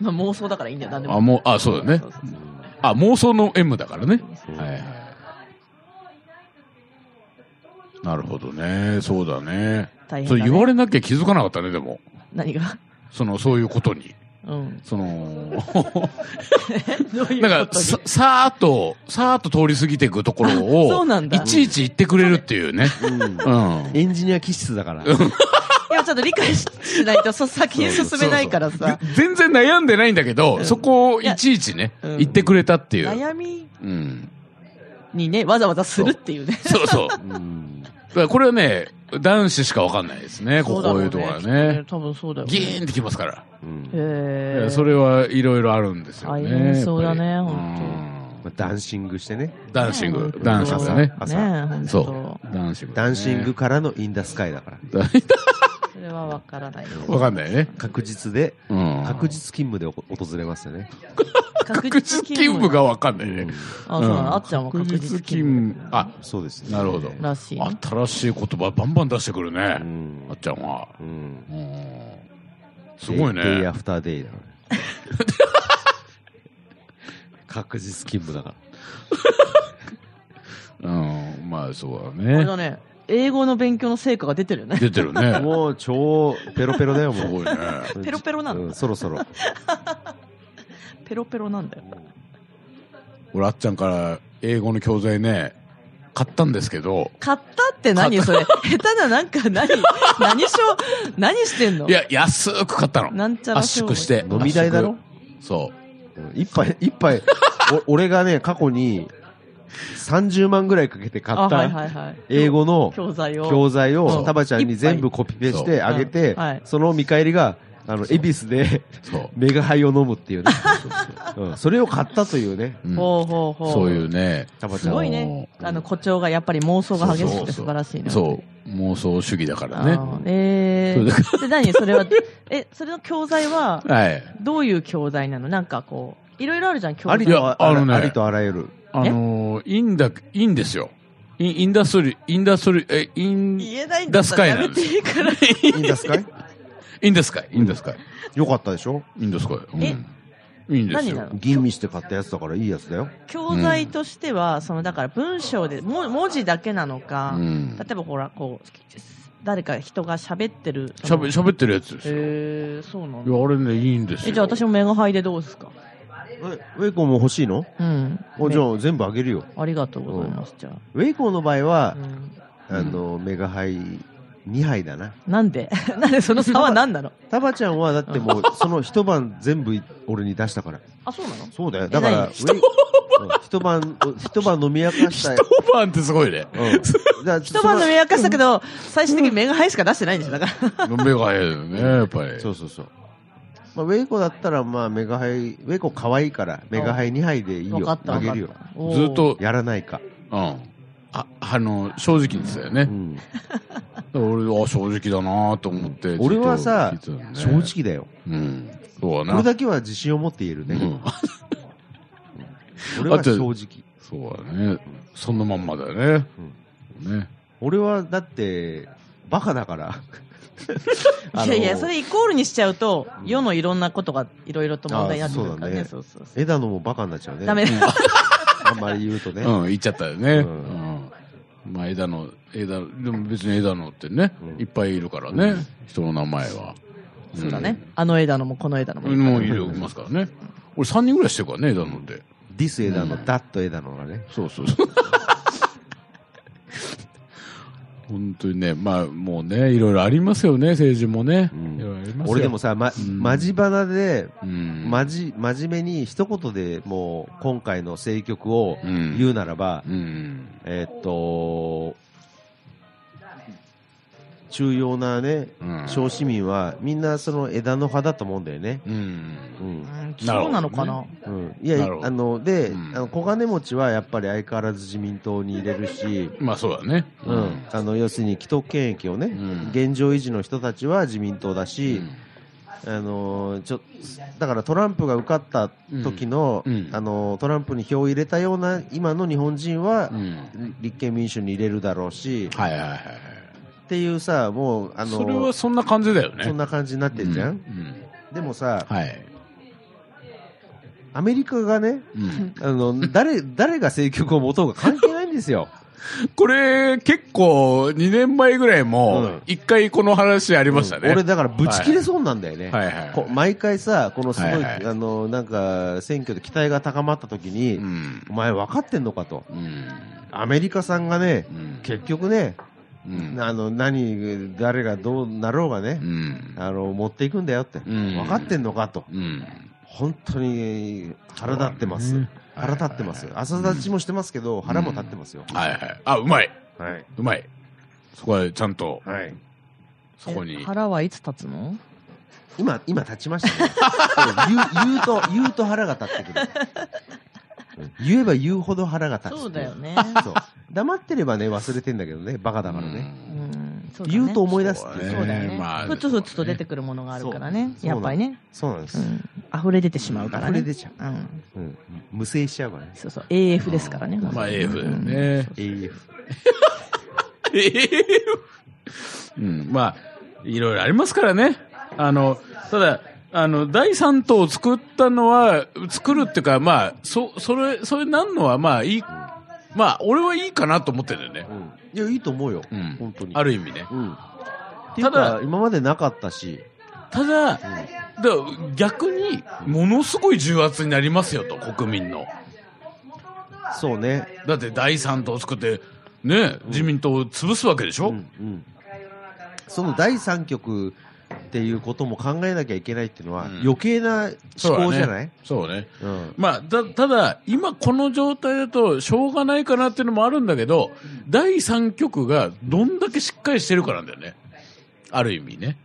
Speaker 3: まあ、妄想だからいいんだよ、何でも。
Speaker 1: あ、もう、あ、そうだね
Speaker 3: そう。そう
Speaker 1: あ、妄想の M だからね。
Speaker 2: うん
Speaker 1: はいはい。なるほどね。そうだね。
Speaker 3: 大変
Speaker 1: そ
Speaker 3: だ、ね。
Speaker 1: れ言われなきゃ気づかなかったね、でも。
Speaker 3: 何が
Speaker 1: その、そういうことに。
Speaker 3: うん。
Speaker 1: その、
Speaker 3: どうい う
Speaker 1: なんか、さ、さーっと、さーっと通り過ぎていくところ
Speaker 3: あそう
Speaker 1: を
Speaker 3: なん、だ
Speaker 1: いちいち言ってくれるっていう ね。
Speaker 2: うん
Speaker 1: うん。
Speaker 2: エンジニア気質だから。
Speaker 3: いや、ちょっと理解ししないと、そ先に進めないからさ。
Speaker 1: 全然悩んでないんだけど、
Speaker 3: うん
Speaker 1: そこをいちいちね、
Speaker 3: いやうん
Speaker 1: 言ってくれたっていう。
Speaker 3: 悩み
Speaker 1: うん。
Speaker 3: にね、わざわざするっていうね。
Speaker 1: そうそう。だか
Speaker 2: うん
Speaker 1: らこれはね、男子しかわかんないですね、こ
Speaker 3: だ
Speaker 1: こ
Speaker 3: ろ
Speaker 1: う
Speaker 3: ね
Speaker 1: いうところは
Speaker 3: きっね
Speaker 1: ね。
Speaker 3: 多分そうだよ、ね。
Speaker 1: ギーンってきますから。
Speaker 2: うん
Speaker 1: い
Speaker 3: へ
Speaker 1: や
Speaker 3: え。
Speaker 1: それはいろいろあるんですよね。
Speaker 3: 大変そうだね
Speaker 1: やっぱり
Speaker 3: 本
Speaker 2: ま
Speaker 3: 当
Speaker 2: あダンシングしてね。
Speaker 1: うんダンシング、
Speaker 3: ね
Speaker 1: ダンシングね。
Speaker 2: 朝
Speaker 3: ね本当
Speaker 1: そう。ダンシング、
Speaker 2: ダンシング。からのインダスカイだから。
Speaker 3: それはわからない。
Speaker 1: わかんないね。
Speaker 2: 確実で、
Speaker 1: うん。
Speaker 2: 確実勤務でおこ訪れますよね。
Speaker 1: 確実勤務がわかんないね。
Speaker 3: あ、そうなの
Speaker 1: うん
Speaker 3: あっちゃんは確実勤
Speaker 1: 勤
Speaker 3: 務
Speaker 1: 務。あ、
Speaker 2: そうですね。
Speaker 1: なるほど
Speaker 3: らしいね。
Speaker 1: 新しい言葉バンバン出してくる
Speaker 2: う
Speaker 1: ね。
Speaker 2: ん
Speaker 1: あっちゃんは。
Speaker 2: うん。
Speaker 1: うんすごい
Speaker 2: デイ
Speaker 1: ね
Speaker 2: ア。フターデイ だから。確実勤務だか
Speaker 1: うん。まあそう
Speaker 3: あ
Speaker 1: だ
Speaker 3: れ
Speaker 1: ね。
Speaker 3: だね。英語の勉強の成果が出てるね。
Speaker 1: 出てるね。
Speaker 2: もう超ペロペロだよ、
Speaker 1: す
Speaker 2: も
Speaker 1: ご
Speaker 2: う
Speaker 1: い。ね。
Speaker 3: ペロペロなんだ
Speaker 2: うそろそろ。
Speaker 3: ペロペロなんだよ。
Speaker 1: 俺、あっちゃんから英語の教材ね、買ったんですけど、
Speaker 3: 買ったって何それ。下手ななんか何 何しょ、何してんの
Speaker 1: いや、安く買ったの。
Speaker 3: なんちゃら
Speaker 1: 圧縮して。
Speaker 2: 飲み代だろ
Speaker 1: 圧縮そ
Speaker 2: うん一杯、一杯、お俺がね、過去に30万ぐらいかけて買
Speaker 3: あ、
Speaker 2: っ
Speaker 3: はい
Speaker 2: た
Speaker 3: はいはい。
Speaker 2: 英語の
Speaker 3: 教材を。
Speaker 2: 教材
Speaker 1: そ
Speaker 2: を
Speaker 1: う
Speaker 2: タバちゃんに全部コピペしてあげて
Speaker 3: そうはい、
Speaker 2: その見返りが、あの、恵比寿で
Speaker 1: う。そう。
Speaker 2: メガハイを飲むっていうね。うんそれを買ったというね、
Speaker 1: うん
Speaker 3: ほうほうほう。
Speaker 1: そういうね。
Speaker 2: タバち
Speaker 3: す
Speaker 2: ゃん
Speaker 3: ごいね。あの、誇張がやっぱり妄想が激しくて素晴らしいね。
Speaker 1: そう。妄想主義だからね。
Speaker 3: あーえ
Speaker 1: そうだ
Speaker 3: ー、で何 それは、え、それの教材は、
Speaker 1: はい。
Speaker 3: どういう教材なのなんかこう、いろいろあるじゃん、教
Speaker 2: あ
Speaker 3: 材
Speaker 2: り。
Speaker 1: い
Speaker 2: と
Speaker 1: や
Speaker 2: ああ
Speaker 1: あのね
Speaker 2: らありとあらゆる。
Speaker 1: あのー、いいんだ、いいんですよ。インインダストリ、インダストリ、え、イン、イ
Speaker 3: 言えないん
Speaker 1: ダ
Speaker 3: だった
Speaker 1: ス
Speaker 3: ら
Speaker 1: カイ
Speaker 3: や
Speaker 1: な
Speaker 3: め
Speaker 1: んで
Speaker 3: て
Speaker 1: す
Speaker 3: いいから。
Speaker 2: いいんですかい
Speaker 1: ンダスカイ、インダスカイ。
Speaker 2: よかったでしょ
Speaker 1: インダスカイ。うん
Speaker 3: え
Speaker 1: いいんです
Speaker 3: 何な
Speaker 1: よ
Speaker 3: の。
Speaker 2: 吟味して買ったやつだからいいやつだよ。
Speaker 3: 教材としては、その、だから文章で、も文字だけなの
Speaker 1: う
Speaker 3: か、
Speaker 1: ん
Speaker 3: 例。えばほら、こう、誰か人が喋ってる。
Speaker 1: しゃべ、喋ってるやつですよ。
Speaker 3: えー、そうないの
Speaker 1: や、あれね、いいんですよ。
Speaker 3: え、じゃあ私もメガハイでどうですか
Speaker 2: えウェイコンも欲しいの
Speaker 3: うん。
Speaker 2: おじゃあ全部あげるよ。
Speaker 3: ありがとうございます、じゃあ。
Speaker 2: ウェイコンの場合は
Speaker 3: う、ん
Speaker 2: あの、メガハイ2杯だな。
Speaker 3: なんで なんでその差は何なの
Speaker 2: タバちゃんはだって もう、その一晩全部俺に出したから。
Speaker 3: あ、そうなの
Speaker 2: そうだよ。だから、
Speaker 3: え
Speaker 2: ウェイ
Speaker 3: 何
Speaker 2: うん一晩、一晩飲み明かしたい。
Speaker 1: 一晩ってすごい ね。
Speaker 2: うんだから
Speaker 3: 一晩の目明かしたけど、最終的にメガハイしか出してないんですよ、だから。
Speaker 1: 目が早いよね、やっぱり。
Speaker 2: そうそうそう。まあ、ウェイコだったら、まあ、メガハイ、ウェイコ可愛いから、メガハイ2杯でいい
Speaker 3: 分
Speaker 2: よ。
Speaker 3: かった、
Speaker 2: あ
Speaker 3: 分
Speaker 2: げ
Speaker 3: かっ
Speaker 2: るよ。
Speaker 3: た。おー
Speaker 1: ずっ。と、
Speaker 2: やらないか。
Speaker 1: うん。あ、あの、正直にしたよ
Speaker 2: う
Speaker 1: ね。
Speaker 2: ん。
Speaker 1: 俺、あ、正直だなと思って。
Speaker 2: 俺はさ
Speaker 1: ずっと聞いてた
Speaker 2: 正
Speaker 1: のね。
Speaker 2: 直だよ。
Speaker 1: うん。そうだ
Speaker 2: これ
Speaker 1: な。
Speaker 2: だけは自信を持って言える
Speaker 1: う
Speaker 2: ね。
Speaker 1: ん。
Speaker 2: 俺は正直。
Speaker 1: そうだね。そのまんまだよね。ね。
Speaker 2: 俺は、だって、バカだから。あ
Speaker 3: い
Speaker 2: の
Speaker 3: やいや、それイコールにしちゃうと、世のいろんなことがいろいろと問題になってくるからね。
Speaker 2: あ
Speaker 3: そうそうそう。
Speaker 2: 枝野もバカになっちゃうね。
Speaker 3: ダメだ。
Speaker 2: あんまり言うとね。
Speaker 1: うん、言っちゃったよね。う。
Speaker 2: うん
Speaker 1: まあ、枝野、枝野、でも別に枝野ってね
Speaker 2: う、ん
Speaker 1: いっぱいいるからね、人の名前は。
Speaker 3: そうだね。あの枝野もこの枝野
Speaker 1: う
Speaker 3: も。
Speaker 1: ん。もういる、いますからね。俺3人ぐらいしてるからね、枝野って。
Speaker 2: ディス枝野、ダット枝野がね。
Speaker 1: そうそうそう。本当にね、まあもうね、いろいろありますよね、政治もね。
Speaker 2: うん
Speaker 1: いろいろありますよ
Speaker 2: 俺でも、さ、ま、
Speaker 1: うん
Speaker 2: マジバナで、
Speaker 1: うん。
Speaker 2: まじ、真面目に一言でもう、今回の政局を
Speaker 1: うん
Speaker 2: 言うならば、
Speaker 1: うん。
Speaker 2: えーっと、中要なね、
Speaker 1: うん
Speaker 2: 小市民は、みんなその枝野派だと思うんだよね。
Speaker 1: うん。
Speaker 2: うん
Speaker 3: うんそうなのかな
Speaker 2: うん、いや
Speaker 1: なるほど
Speaker 2: あので、
Speaker 1: うん
Speaker 2: あの小金持ちはやっぱり相変わらず自民党に入れるし、
Speaker 1: まあそうだね。
Speaker 2: うんあの要するに既得権益をね、
Speaker 1: ん
Speaker 2: 現状維持の人たちは自民党だ
Speaker 1: う
Speaker 2: し、
Speaker 1: ん
Speaker 2: あのーちょだからトランプが受かった時の、
Speaker 1: うんうん
Speaker 2: あのートランプに票を入れたような今の日本人は
Speaker 1: う、ん。
Speaker 2: 立憲民主に入れるだろうし、
Speaker 1: はいはいはいはい。
Speaker 2: っていうさもう、あのー
Speaker 1: それはそんな感じだよね。
Speaker 2: そんな感じになってんじゃん、
Speaker 1: うう
Speaker 2: でもさ、
Speaker 1: んはい。
Speaker 2: アメリカがね
Speaker 1: うん
Speaker 2: あの 誰誰が政局を持とうか関係ないんですよ。
Speaker 1: これ、結構、2年前ぐらいうも
Speaker 2: ん、
Speaker 1: 一回この話ありましたね。
Speaker 2: うん俺だからブチ切れそうなんだよね。
Speaker 1: はいはい。
Speaker 2: こ毎回さ、このすごい、
Speaker 1: はいはい
Speaker 2: あの、なんか、選挙で期待が高まった時に、
Speaker 1: うん。
Speaker 2: お前分かってんのかと。
Speaker 1: うん。
Speaker 2: アメリカさんがね、
Speaker 1: うん
Speaker 2: 結局ね、
Speaker 1: うん。
Speaker 2: あの、何、誰がどうなろうがね
Speaker 1: う、ん。
Speaker 2: あの、持っていくんだよって、
Speaker 1: ん
Speaker 2: 分かってんのかと。
Speaker 1: うん。
Speaker 2: 本当に腹立ってます。
Speaker 1: そうだね
Speaker 2: 腹立ってます。朝立ちもしてますけど、腹も立ってますよ。
Speaker 1: はいはい。あ、うまい。
Speaker 2: はい。
Speaker 1: うまい。そこはちゃんと、
Speaker 2: はい。
Speaker 1: そこに。
Speaker 3: 腹はいつ立つの
Speaker 2: 今、今立ちましたね。 そう言う、言うと、言うと腹が立ってくる。うん言えば言うほど腹が立つってい。
Speaker 3: そうだよね。
Speaker 2: そう。黙ってればね、忘れてんだけどね、バカだからね。
Speaker 3: う
Speaker 1: うん。
Speaker 3: ん。そだね
Speaker 2: 言うと思い出すってい
Speaker 1: そ
Speaker 2: う。
Speaker 1: う
Speaker 3: そうだよね。
Speaker 1: まあ
Speaker 3: ふつふつと出てくるものがあるからね。
Speaker 2: そう
Speaker 3: やっぱりね。
Speaker 2: そうなんです
Speaker 3: う。ん。溢れ出てしまうからね。
Speaker 2: 溢れ出ちゃ
Speaker 3: う。うん。
Speaker 2: う。うん。無制しちゃうからね。
Speaker 3: そうそう。AF ですからね。
Speaker 1: うんまあ AF だよね
Speaker 3: うん
Speaker 2: AF。
Speaker 1: ええうん。まあ、いろいろありますからね。あの、ただ、あの、第三党を作ったのは、作るっていうか、まあ、そ、それ、それなんのは、まあ、いいまあ、俺はいいかなと思ってんだよね。
Speaker 2: いや、いいと思うよ。
Speaker 1: うん
Speaker 2: 本当に。
Speaker 1: ある意味ね。
Speaker 2: うん。っていう
Speaker 1: た
Speaker 2: か、今までなかったし。
Speaker 1: ただ、だ
Speaker 2: う
Speaker 1: か
Speaker 2: ん
Speaker 1: ら逆に、ものすごい重圧になりますよと、国民の。
Speaker 2: そうね。
Speaker 1: だって第三党を作って、ね、自民党を潰すわけでしょ、
Speaker 2: うんうんその第三極っていうことも考えなきゃいけないっていうのは、
Speaker 1: うん
Speaker 2: 余計な
Speaker 1: そう
Speaker 2: 思
Speaker 1: だ
Speaker 2: 考
Speaker 1: ね
Speaker 2: じゃない
Speaker 1: そうね。
Speaker 2: うん
Speaker 1: まあ、だただ、今この状態だと、しょうがないかなっていうのもあるんだけど、第三局がどんだけしっかりしてるかなんだよね。ある意味ね。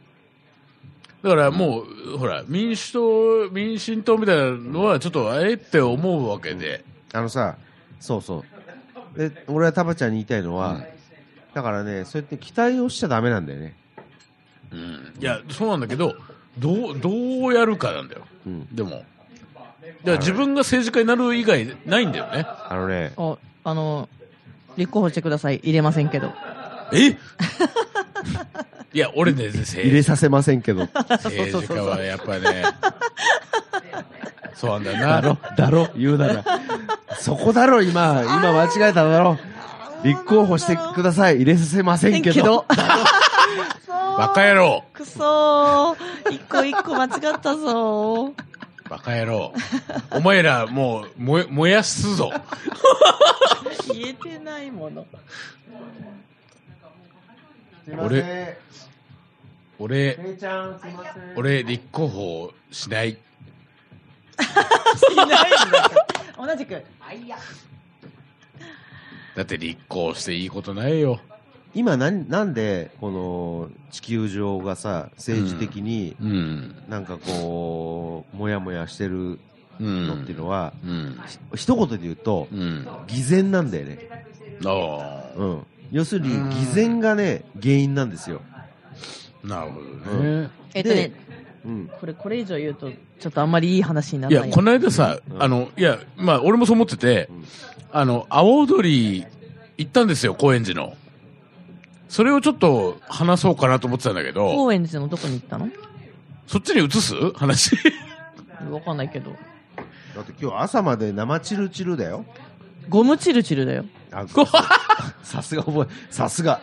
Speaker 1: だからもう、ほら、民主党、民進党みたいなのは、ちょっと、えって思うわけで。
Speaker 2: あのさ、そうそう。で、俺はタバちゃんに言いたいのは、だからね、そうやって期待をしちゃダメなんだよね。
Speaker 1: うん。いや、そうなんだけど、どう、どうやるかなんだよ。
Speaker 2: うん。
Speaker 1: でも。だから自分が政治家になる以外ないんだよね。
Speaker 2: あのね、
Speaker 3: おあの、立候補してください。入れませんけど。
Speaker 1: えいや、俺ね、
Speaker 2: 入れさせませんけど。
Speaker 1: 政治家はやっぱね、そうなんだ よ
Speaker 2: だ
Speaker 1: な。
Speaker 2: ろ、だろ、言うなら。 そこだろ、今、今間違えただろ。立候補してください。入れさせませんけど。。
Speaker 1: バカ野郎
Speaker 3: くそー。一個一個間違ったぞー。
Speaker 1: バカ野郎お前らもう燃え燃やすぞ
Speaker 3: 言えてないもの。
Speaker 1: 俺、俺、
Speaker 2: ちゃん、すいません。
Speaker 1: 俺立候補しない。
Speaker 3: いないんだよ同じく。
Speaker 1: だって立候補していいことないよ。
Speaker 2: 今なん、なんで、この、地球上がさ、政治的に、
Speaker 1: うん。
Speaker 2: なんかこう、もやもやしてる
Speaker 1: う。
Speaker 2: のっていうんのは、
Speaker 1: うん。
Speaker 2: ひ一言で言うと、
Speaker 1: うん。
Speaker 2: 偽善なんだよね。
Speaker 1: あ
Speaker 2: うん。要する
Speaker 1: うん
Speaker 2: に、偽善がね、原因なんですよ。
Speaker 1: あ、なるほどね
Speaker 2: う。
Speaker 3: えっとね
Speaker 2: で、うん。
Speaker 3: これ、これ以上言うと、ちょっとあんまりいい話にないらな
Speaker 1: や、
Speaker 3: い。
Speaker 1: この間さ、あの、いや、まあ、俺もそう思ってて
Speaker 2: うん、
Speaker 1: あの、阿波踊り行ったんですよ、高円寺の。それをちょっと話そうかなと思ってたんだけど、
Speaker 3: 高円寺のどこに行ったの
Speaker 1: そっちに移す話。
Speaker 3: わかんないけど。
Speaker 2: だって今日朝まで生チルチルだよ。
Speaker 3: ゴムチルチルだよ。
Speaker 2: あ、さすが覚え、さすが。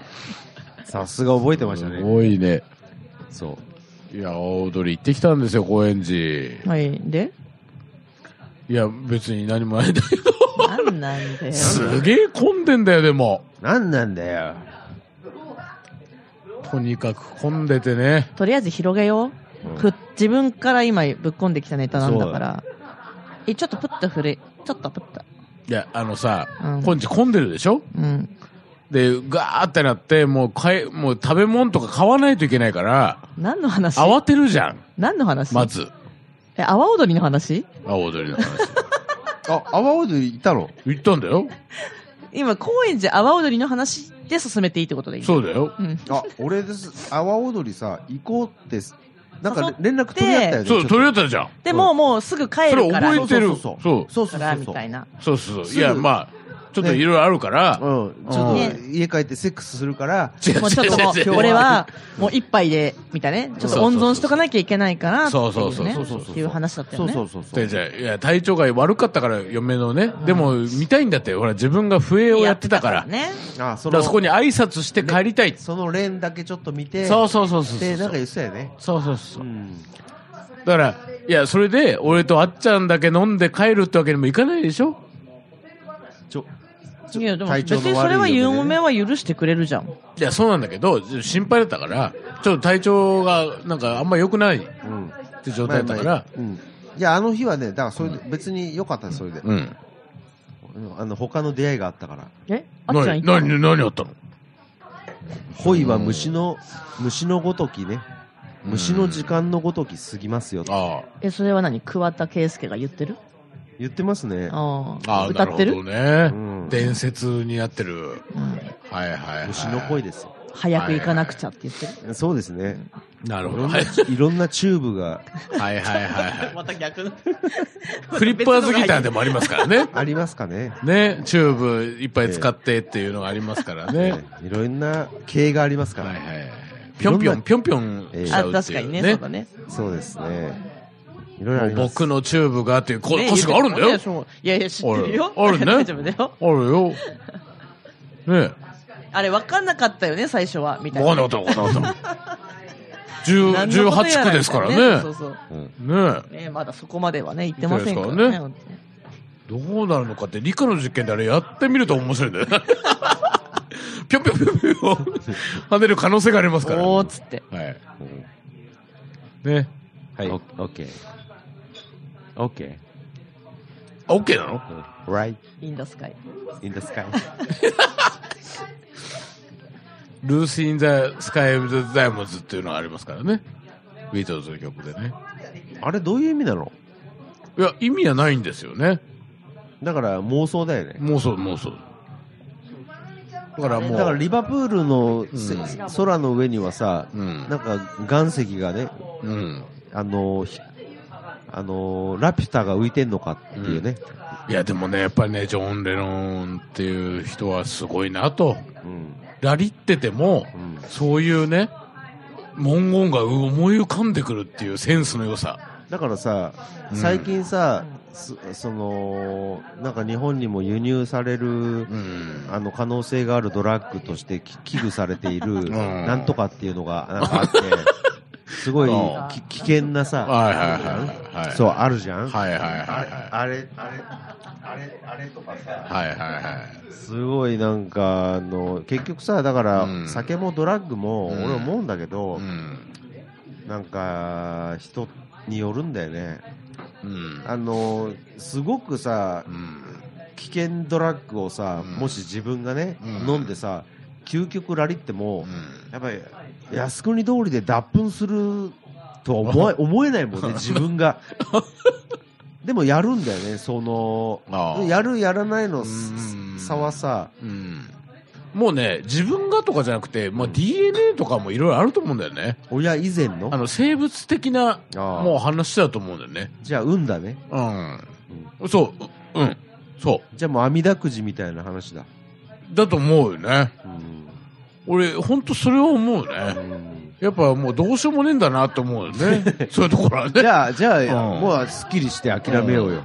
Speaker 2: さすが覚えてましたね。
Speaker 1: ごいね。
Speaker 2: そう。
Speaker 1: いや、阿波踊り行ってきたんですよ、高円寺。
Speaker 3: はい。で
Speaker 1: いや、別に何もないんだけど。
Speaker 3: なんなんだよ。
Speaker 1: すげえ混んでんだよ、でも。
Speaker 2: なんなんだよ。
Speaker 1: とにかく混んでてね。
Speaker 3: とりあえず広げよう、
Speaker 2: うん
Speaker 3: ふ自分から今ぶっ込んできたネタなんだからえちょっとプッと振れちょっとプッと
Speaker 1: いや、あのさ、
Speaker 3: うん
Speaker 1: 高円寺混んでるでしょ
Speaker 3: うん
Speaker 1: で、ガーってなって、もう買え、もう食べ物とか買わないといけないから、
Speaker 3: 何の話
Speaker 1: 慌てるじゃん、
Speaker 3: 何の話、
Speaker 1: まず。
Speaker 3: え阿波踊りの話
Speaker 1: 阿波踊りの話。
Speaker 2: あ、阿波踊りいたの
Speaker 1: 言ったんだよ。
Speaker 3: 今高円寺阿波踊りの話で進めていいってことでいい
Speaker 1: そうだよ。
Speaker 3: うん
Speaker 2: あ、俺です。阿波踊りさ、行こうってす、なん
Speaker 3: 誘
Speaker 2: か
Speaker 3: っ
Speaker 2: 連絡取り合ったよね。
Speaker 1: そう、
Speaker 2: ちょ
Speaker 1: 取り
Speaker 2: っ
Speaker 1: 合ったじゃん。
Speaker 3: でも、もうすぐ帰
Speaker 1: それ
Speaker 3: るから
Speaker 1: 覚えてる。
Speaker 2: そ
Speaker 1: そうう
Speaker 2: とそうそう
Speaker 3: からみ
Speaker 2: そう。
Speaker 3: たいな
Speaker 1: そうそう
Speaker 2: す
Speaker 1: そう。
Speaker 2: ぐ
Speaker 1: いや、まあ、ちょっといろいろあるから、
Speaker 2: うん。ちょっと
Speaker 3: ね
Speaker 2: 家帰ってセックスするから、
Speaker 1: 違う違う
Speaker 3: もうちょっとも
Speaker 1: 違う違
Speaker 3: う
Speaker 1: う
Speaker 3: 俺はもう一杯でみたいなねちょっと温存しとかなきゃいけないからってい
Speaker 1: そう
Speaker 3: ね
Speaker 1: そうそうそうそうそう
Speaker 3: っていう話だったよ
Speaker 2: そう
Speaker 3: ね
Speaker 2: そうそうそ
Speaker 1: で
Speaker 2: う。
Speaker 1: じゃあいや、体調が悪かったから、嫁のね。でも、見たいんだって。ほら、自分が笛をやってたから。だ
Speaker 3: ね
Speaker 2: あ、そ
Speaker 1: からそ
Speaker 2: の、
Speaker 1: こに挨拶して帰りたい。
Speaker 2: その連だけちょっと見て、
Speaker 1: そうそうそうそう。
Speaker 2: で、なんか言ってたよね。
Speaker 1: そうそうそうう。
Speaker 2: ん。
Speaker 1: だから、いや、それで、俺とあっちゃんだけ飲んで帰るってわけにもいかないでしょ
Speaker 2: ちょ、ち
Speaker 3: い
Speaker 2: ょ
Speaker 3: や
Speaker 2: っと
Speaker 3: でも
Speaker 2: 体
Speaker 3: 別
Speaker 2: 調の悪い
Speaker 3: にそれは
Speaker 2: 嫁でね
Speaker 3: 嫁は許してくれるじゃん
Speaker 1: いや、そうなんだけど、心配だったから、ちょっと体調が、なんかあんま良くないっ
Speaker 2: うん。
Speaker 1: て状態だったから、
Speaker 2: うん。いや、あの日はね、だからそれで、別に良かったですそれで。
Speaker 1: うん。
Speaker 2: うんあの、他の出会いがあったから。
Speaker 3: えあっちゃ
Speaker 1: 何、
Speaker 3: ん行ったの
Speaker 1: 何、何あったの
Speaker 2: 恋は虫の、虫のごときね。
Speaker 1: うん
Speaker 2: 虫の時間のごとき過ぎますよ。
Speaker 1: あ
Speaker 3: えそれは何桑田佳祐が言ってる
Speaker 2: 言ってますね。
Speaker 3: あ
Speaker 1: あ。あ
Speaker 3: あ
Speaker 1: あ、
Speaker 3: 歌ってる
Speaker 1: なるほど
Speaker 2: う
Speaker 1: ね。
Speaker 2: ん。
Speaker 1: 伝説になってる。
Speaker 3: うん
Speaker 1: はいはい、はい。
Speaker 2: 虫の恋ですよ。
Speaker 3: 早く行かなくちゃって言ってる、
Speaker 2: そうですね。
Speaker 1: なる
Speaker 2: い
Speaker 1: ほ
Speaker 2: ろ
Speaker 1: ど。
Speaker 2: ん
Speaker 1: は
Speaker 2: ないいろんなチューブが
Speaker 1: はいはいはい。
Speaker 3: また逆の
Speaker 1: クリッパーズギターでもありますからね。
Speaker 2: ありますかね。
Speaker 1: ね、チューブいっぱい使ってっていうのがありますからね。
Speaker 2: ねいろんな系がありますか
Speaker 1: はい
Speaker 2: ら。
Speaker 1: はい。ぴょんぴょん、ぴょんぴょんしちゃ
Speaker 3: あ
Speaker 1: うっていう、ね。
Speaker 3: 確かにねそうだね
Speaker 2: そうですね。いろいろあります。
Speaker 1: 僕のチューブがっていうこ
Speaker 3: ね
Speaker 1: 歌詞があるんだ
Speaker 3: 言
Speaker 1: よ
Speaker 3: って。もねそういやいや、知ってるよ。
Speaker 1: ある あるね
Speaker 3: 大丈夫だよ。
Speaker 1: あるよ。ね
Speaker 3: あれ、分かんなかったよね、最初は。み
Speaker 1: え。
Speaker 3: たいな。
Speaker 1: わかんなかった、わかん なかった。10
Speaker 3: 何のことやら
Speaker 1: 18区ですからね。
Speaker 3: そうそう
Speaker 2: うん
Speaker 1: ね
Speaker 3: そう。ねまだそこまではね、行ってませんからね。
Speaker 1: 行え。どうなるのかって、理科の実験であれやってみると面白いんだよね。 ぴょんぴょんぴょんぴょん跳ねる可能性がありますから。は
Speaker 3: おーっつって。
Speaker 1: い。
Speaker 2: うん
Speaker 1: ね。
Speaker 2: はい。オッケー。オッケ
Speaker 1: あ、OK なの
Speaker 2: ー。Right
Speaker 3: インドスカイ。
Speaker 2: in the sky.
Speaker 1: ルーシー・イン・ザ・スカイ・ザ・ダイモンズっていうのがありますからね。ビートルズの曲でね。
Speaker 2: あれどういう意味なの
Speaker 1: いや、意味はないんですよね。
Speaker 2: だから妄想だよね。
Speaker 1: 妄想、妄想。だからもう。
Speaker 2: だからリバプールのせ、
Speaker 1: うん
Speaker 2: 空の上にはさ、
Speaker 1: うん
Speaker 2: なんか岩石がね、
Speaker 1: うん。
Speaker 2: あのー、ひあのーラピュタが浮いてんのかっていうね。
Speaker 1: いや、でもね、やっぱりね、ジョン・レノンっていう人はすごいなと。
Speaker 2: うん。
Speaker 1: ラリってても、
Speaker 2: うん。
Speaker 1: そういうね、文言が思い浮かんでくるっていうセンスの良さ。
Speaker 2: だからさ、
Speaker 1: うん
Speaker 2: 最近さ、そその、なんか日本にも輸入される、
Speaker 1: うん。
Speaker 2: あの可能性があるドラッグとしてき危惧されてい る、なんとかっていうのがなんかあって、すごい
Speaker 1: うん
Speaker 2: き危険なさ、
Speaker 1: はいはいはいはいはい
Speaker 2: そう、あるじゃん。
Speaker 1: はいはいはいは
Speaker 2: あれ、あれ、あれ、あれとかさ、
Speaker 1: い。はいはいはい。
Speaker 2: すごいなんか、あの、結局さ、だから、
Speaker 1: うん
Speaker 2: 酒もドラッグも、
Speaker 1: うん
Speaker 2: 俺思うんだけど、
Speaker 1: うん。
Speaker 2: なんか、人によるんだよね。
Speaker 1: うん。
Speaker 2: あの、すごくさ
Speaker 1: う、ん。
Speaker 2: 危険ドラッグをさ、
Speaker 1: うん
Speaker 2: もし自分がね、
Speaker 1: うん
Speaker 2: 飲んでさ、究極ラリっても、
Speaker 1: うん
Speaker 2: やっぱり、靖国通りで脱粉するとは 思え思えないもんね、自分が。でもやるんだよね、その、
Speaker 1: ああ
Speaker 2: やるやらないの
Speaker 1: うん
Speaker 2: 差はさ、
Speaker 1: うん。もうね、自分がとかじゃなくて、まあ、DNA とかもいろいろあると思うんだよね。
Speaker 2: 親以前の
Speaker 1: あの、生物的な、
Speaker 2: ああ
Speaker 1: もう話だと思うんだよね。
Speaker 2: じゃあ運だね。
Speaker 1: うん。そう、ううん。そ
Speaker 2: じゃあもう網だくじみたいな話だ。
Speaker 1: う。だと思うよね。
Speaker 2: うん
Speaker 1: 俺、ほんとそれは思う
Speaker 2: う
Speaker 1: ね。
Speaker 2: ん
Speaker 1: やっぱもうどうしようもねえんだなって思う よね。そういうところは
Speaker 2: じ
Speaker 1: ね。
Speaker 2: ゃあ、じゃあ、
Speaker 1: うん
Speaker 2: もうすっきりして諦めようよ。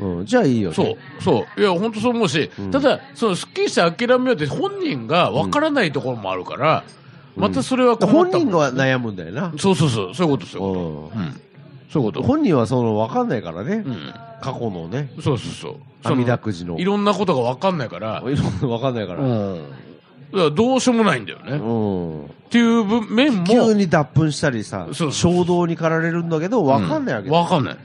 Speaker 1: うん。
Speaker 2: うんじゃあいいよね。
Speaker 1: そう、そう。いや、本当そう思うし、
Speaker 2: うん
Speaker 1: ただ、その、スッキリして諦めようって本人がわからないところもあるから、
Speaker 2: うん
Speaker 1: またそれは困
Speaker 2: 本
Speaker 1: ったもん
Speaker 2: 人が悩むんだよな。
Speaker 1: そうそうそう、そういうことですよ。
Speaker 2: うん
Speaker 1: うん。そういうこと。
Speaker 2: 本人はその分かんないからね
Speaker 1: う、ん。
Speaker 2: 過去のね、
Speaker 1: そうそうそう。その
Speaker 2: 網だくじの。
Speaker 1: いろんなことがわかんないから、
Speaker 2: いろんなわかんないから。
Speaker 1: う。
Speaker 2: うん
Speaker 1: だからどうしようもないんだよね。っ
Speaker 2: ん。
Speaker 1: ていう分面
Speaker 2: 急
Speaker 1: も、
Speaker 2: に脱粉したりさ、
Speaker 1: そう
Speaker 2: 衝動に駆られるんだけど、わかんないわけだ
Speaker 1: わかんない。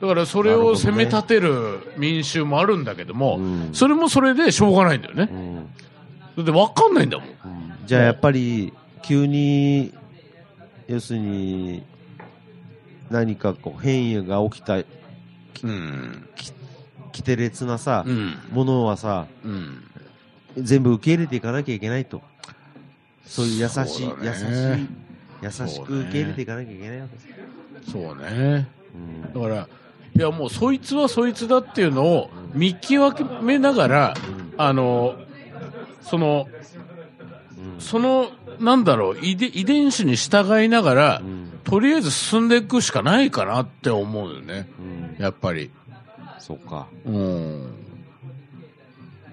Speaker 1: だからそれを責め立てる民衆もあるんだけども、
Speaker 2: うん
Speaker 1: それもそれでしょうがないんだよね
Speaker 2: う。ん
Speaker 1: だってわかんないんだもん。
Speaker 2: じゃあやっぱり、急に、要するに、何かこう変異が起きた、
Speaker 1: うん。
Speaker 2: きてれつなさ
Speaker 1: う、ん。
Speaker 2: ものはさ、
Speaker 1: うん。
Speaker 2: 全部受け入れていかなきゃいけないと。そういう優しい、
Speaker 1: そう
Speaker 2: 優
Speaker 1: だ
Speaker 2: し
Speaker 1: ね
Speaker 2: い、優しく受け入れていかなきゃいけないわけですよ。
Speaker 1: そうね。
Speaker 2: うん
Speaker 1: だから、いやもうそいつはそいつだっていうのを見極めながら、あの、その、その、なんだろう、遺伝遺伝子に従いながら
Speaker 2: う、ん
Speaker 1: とりあえず進んでいくしかないかなって思うよね。
Speaker 2: うん
Speaker 1: やっぱり。
Speaker 2: そうか。
Speaker 1: うん。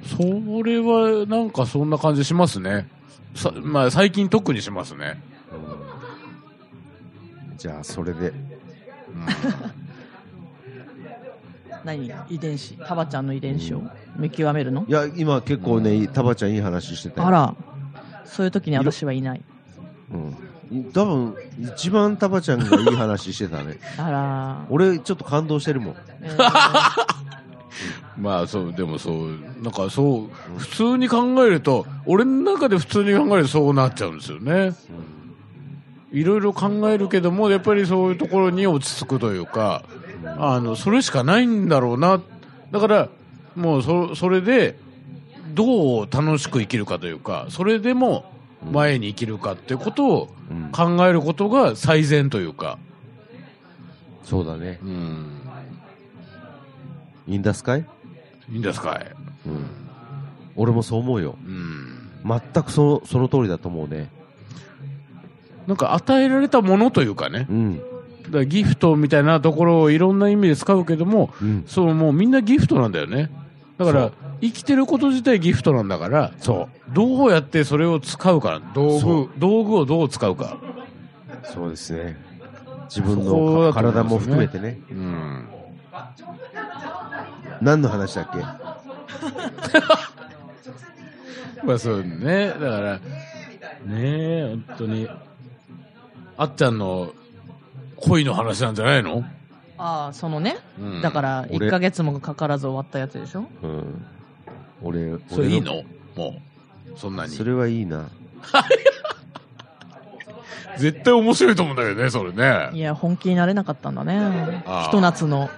Speaker 1: それは、なんかそんな感じしますね。さまあ、最近特にしますね。
Speaker 2: うんじゃあ、それで。
Speaker 3: 何遺伝子。タバちゃんの遺伝子を見極めるの
Speaker 2: いや、今結構ね、タバちゃんいい話してたよ
Speaker 3: あ。ら。そういう時に私はいない。
Speaker 2: うん。多分、一番タバちゃんがいい話してたね。
Speaker 3: あら。
Speaker 2: 俺、ちょっと感動してるもん。
Speaker 3: えー
Speaker 1: まあそう、でもそう、なんかそう、普通に考えると、俺の中で普通に考えるとそうなっちゃうんですよね。いろいろ考えるけども、やっぱりそういうところに落ち着くというか、あの、それしかないんだろうな。だから、もうそ、それで、どう楽しく生きるかというか、それでも前に生きるかってことを
Speaker 2: うん
Speaker 1: 考えることが最善というか。
Speaker 2: そうだね。
Speaker 1: うん。
Speaker 2: インダスカイ
Speaker 1: いいんですかい
Speaker 2: うん。俺もそう思うよ。
Speaker 1: うん。
Speaker 2: 全くその、その通りだと思うね。
Speaker 1: なんか与えられたものというかね
Speaker 2: う。ん。
Speaker 1: だからギフトみたいなところをいろんな意味で使うけども、
Speaker 2: うん
Speaker 1: そう、もうみんなギフトなんだよね。だから、生きてること自体ギフトなんだから、
Speaker 2: そ
Speaker 1: どうやってそれを使うか、道
Speaker 2: そ
Speaker 1: 具、道具をどう使うか。
Speaker 2: う。そうですね。自分
Speaker 1: そこ
Speaker 2: の
Speaker 1: だと思いますね
Speaker 2: 体も含めてね。
Speaker 1: うん。
Speaker 2: 何の話だっけ
Speaker 1: まあそうね、だから、ねえ、本当に、あっちゃんの恋の話なんじゃないの、
Speaker 3: ああ、そのね。
Speaker 1: うん
Speaker 3: だから、
Speaker 2: 俺
Speaker 3: 1ヶ月もかからず終わったやつでしょ
Speaker 2: うん。俺、俺
Speaker 1: それいいのもう、そんなに
Speaker 2: そ。れはいいな。
Speaker 1: 絶対面白いと思うんだけどね、それ
Speaker 3: い
Speaker 1: ね。
Speaker 3: や、本気になれなかったんだね
Speaker 1: ああ。
Speaker 3: ひと夏の。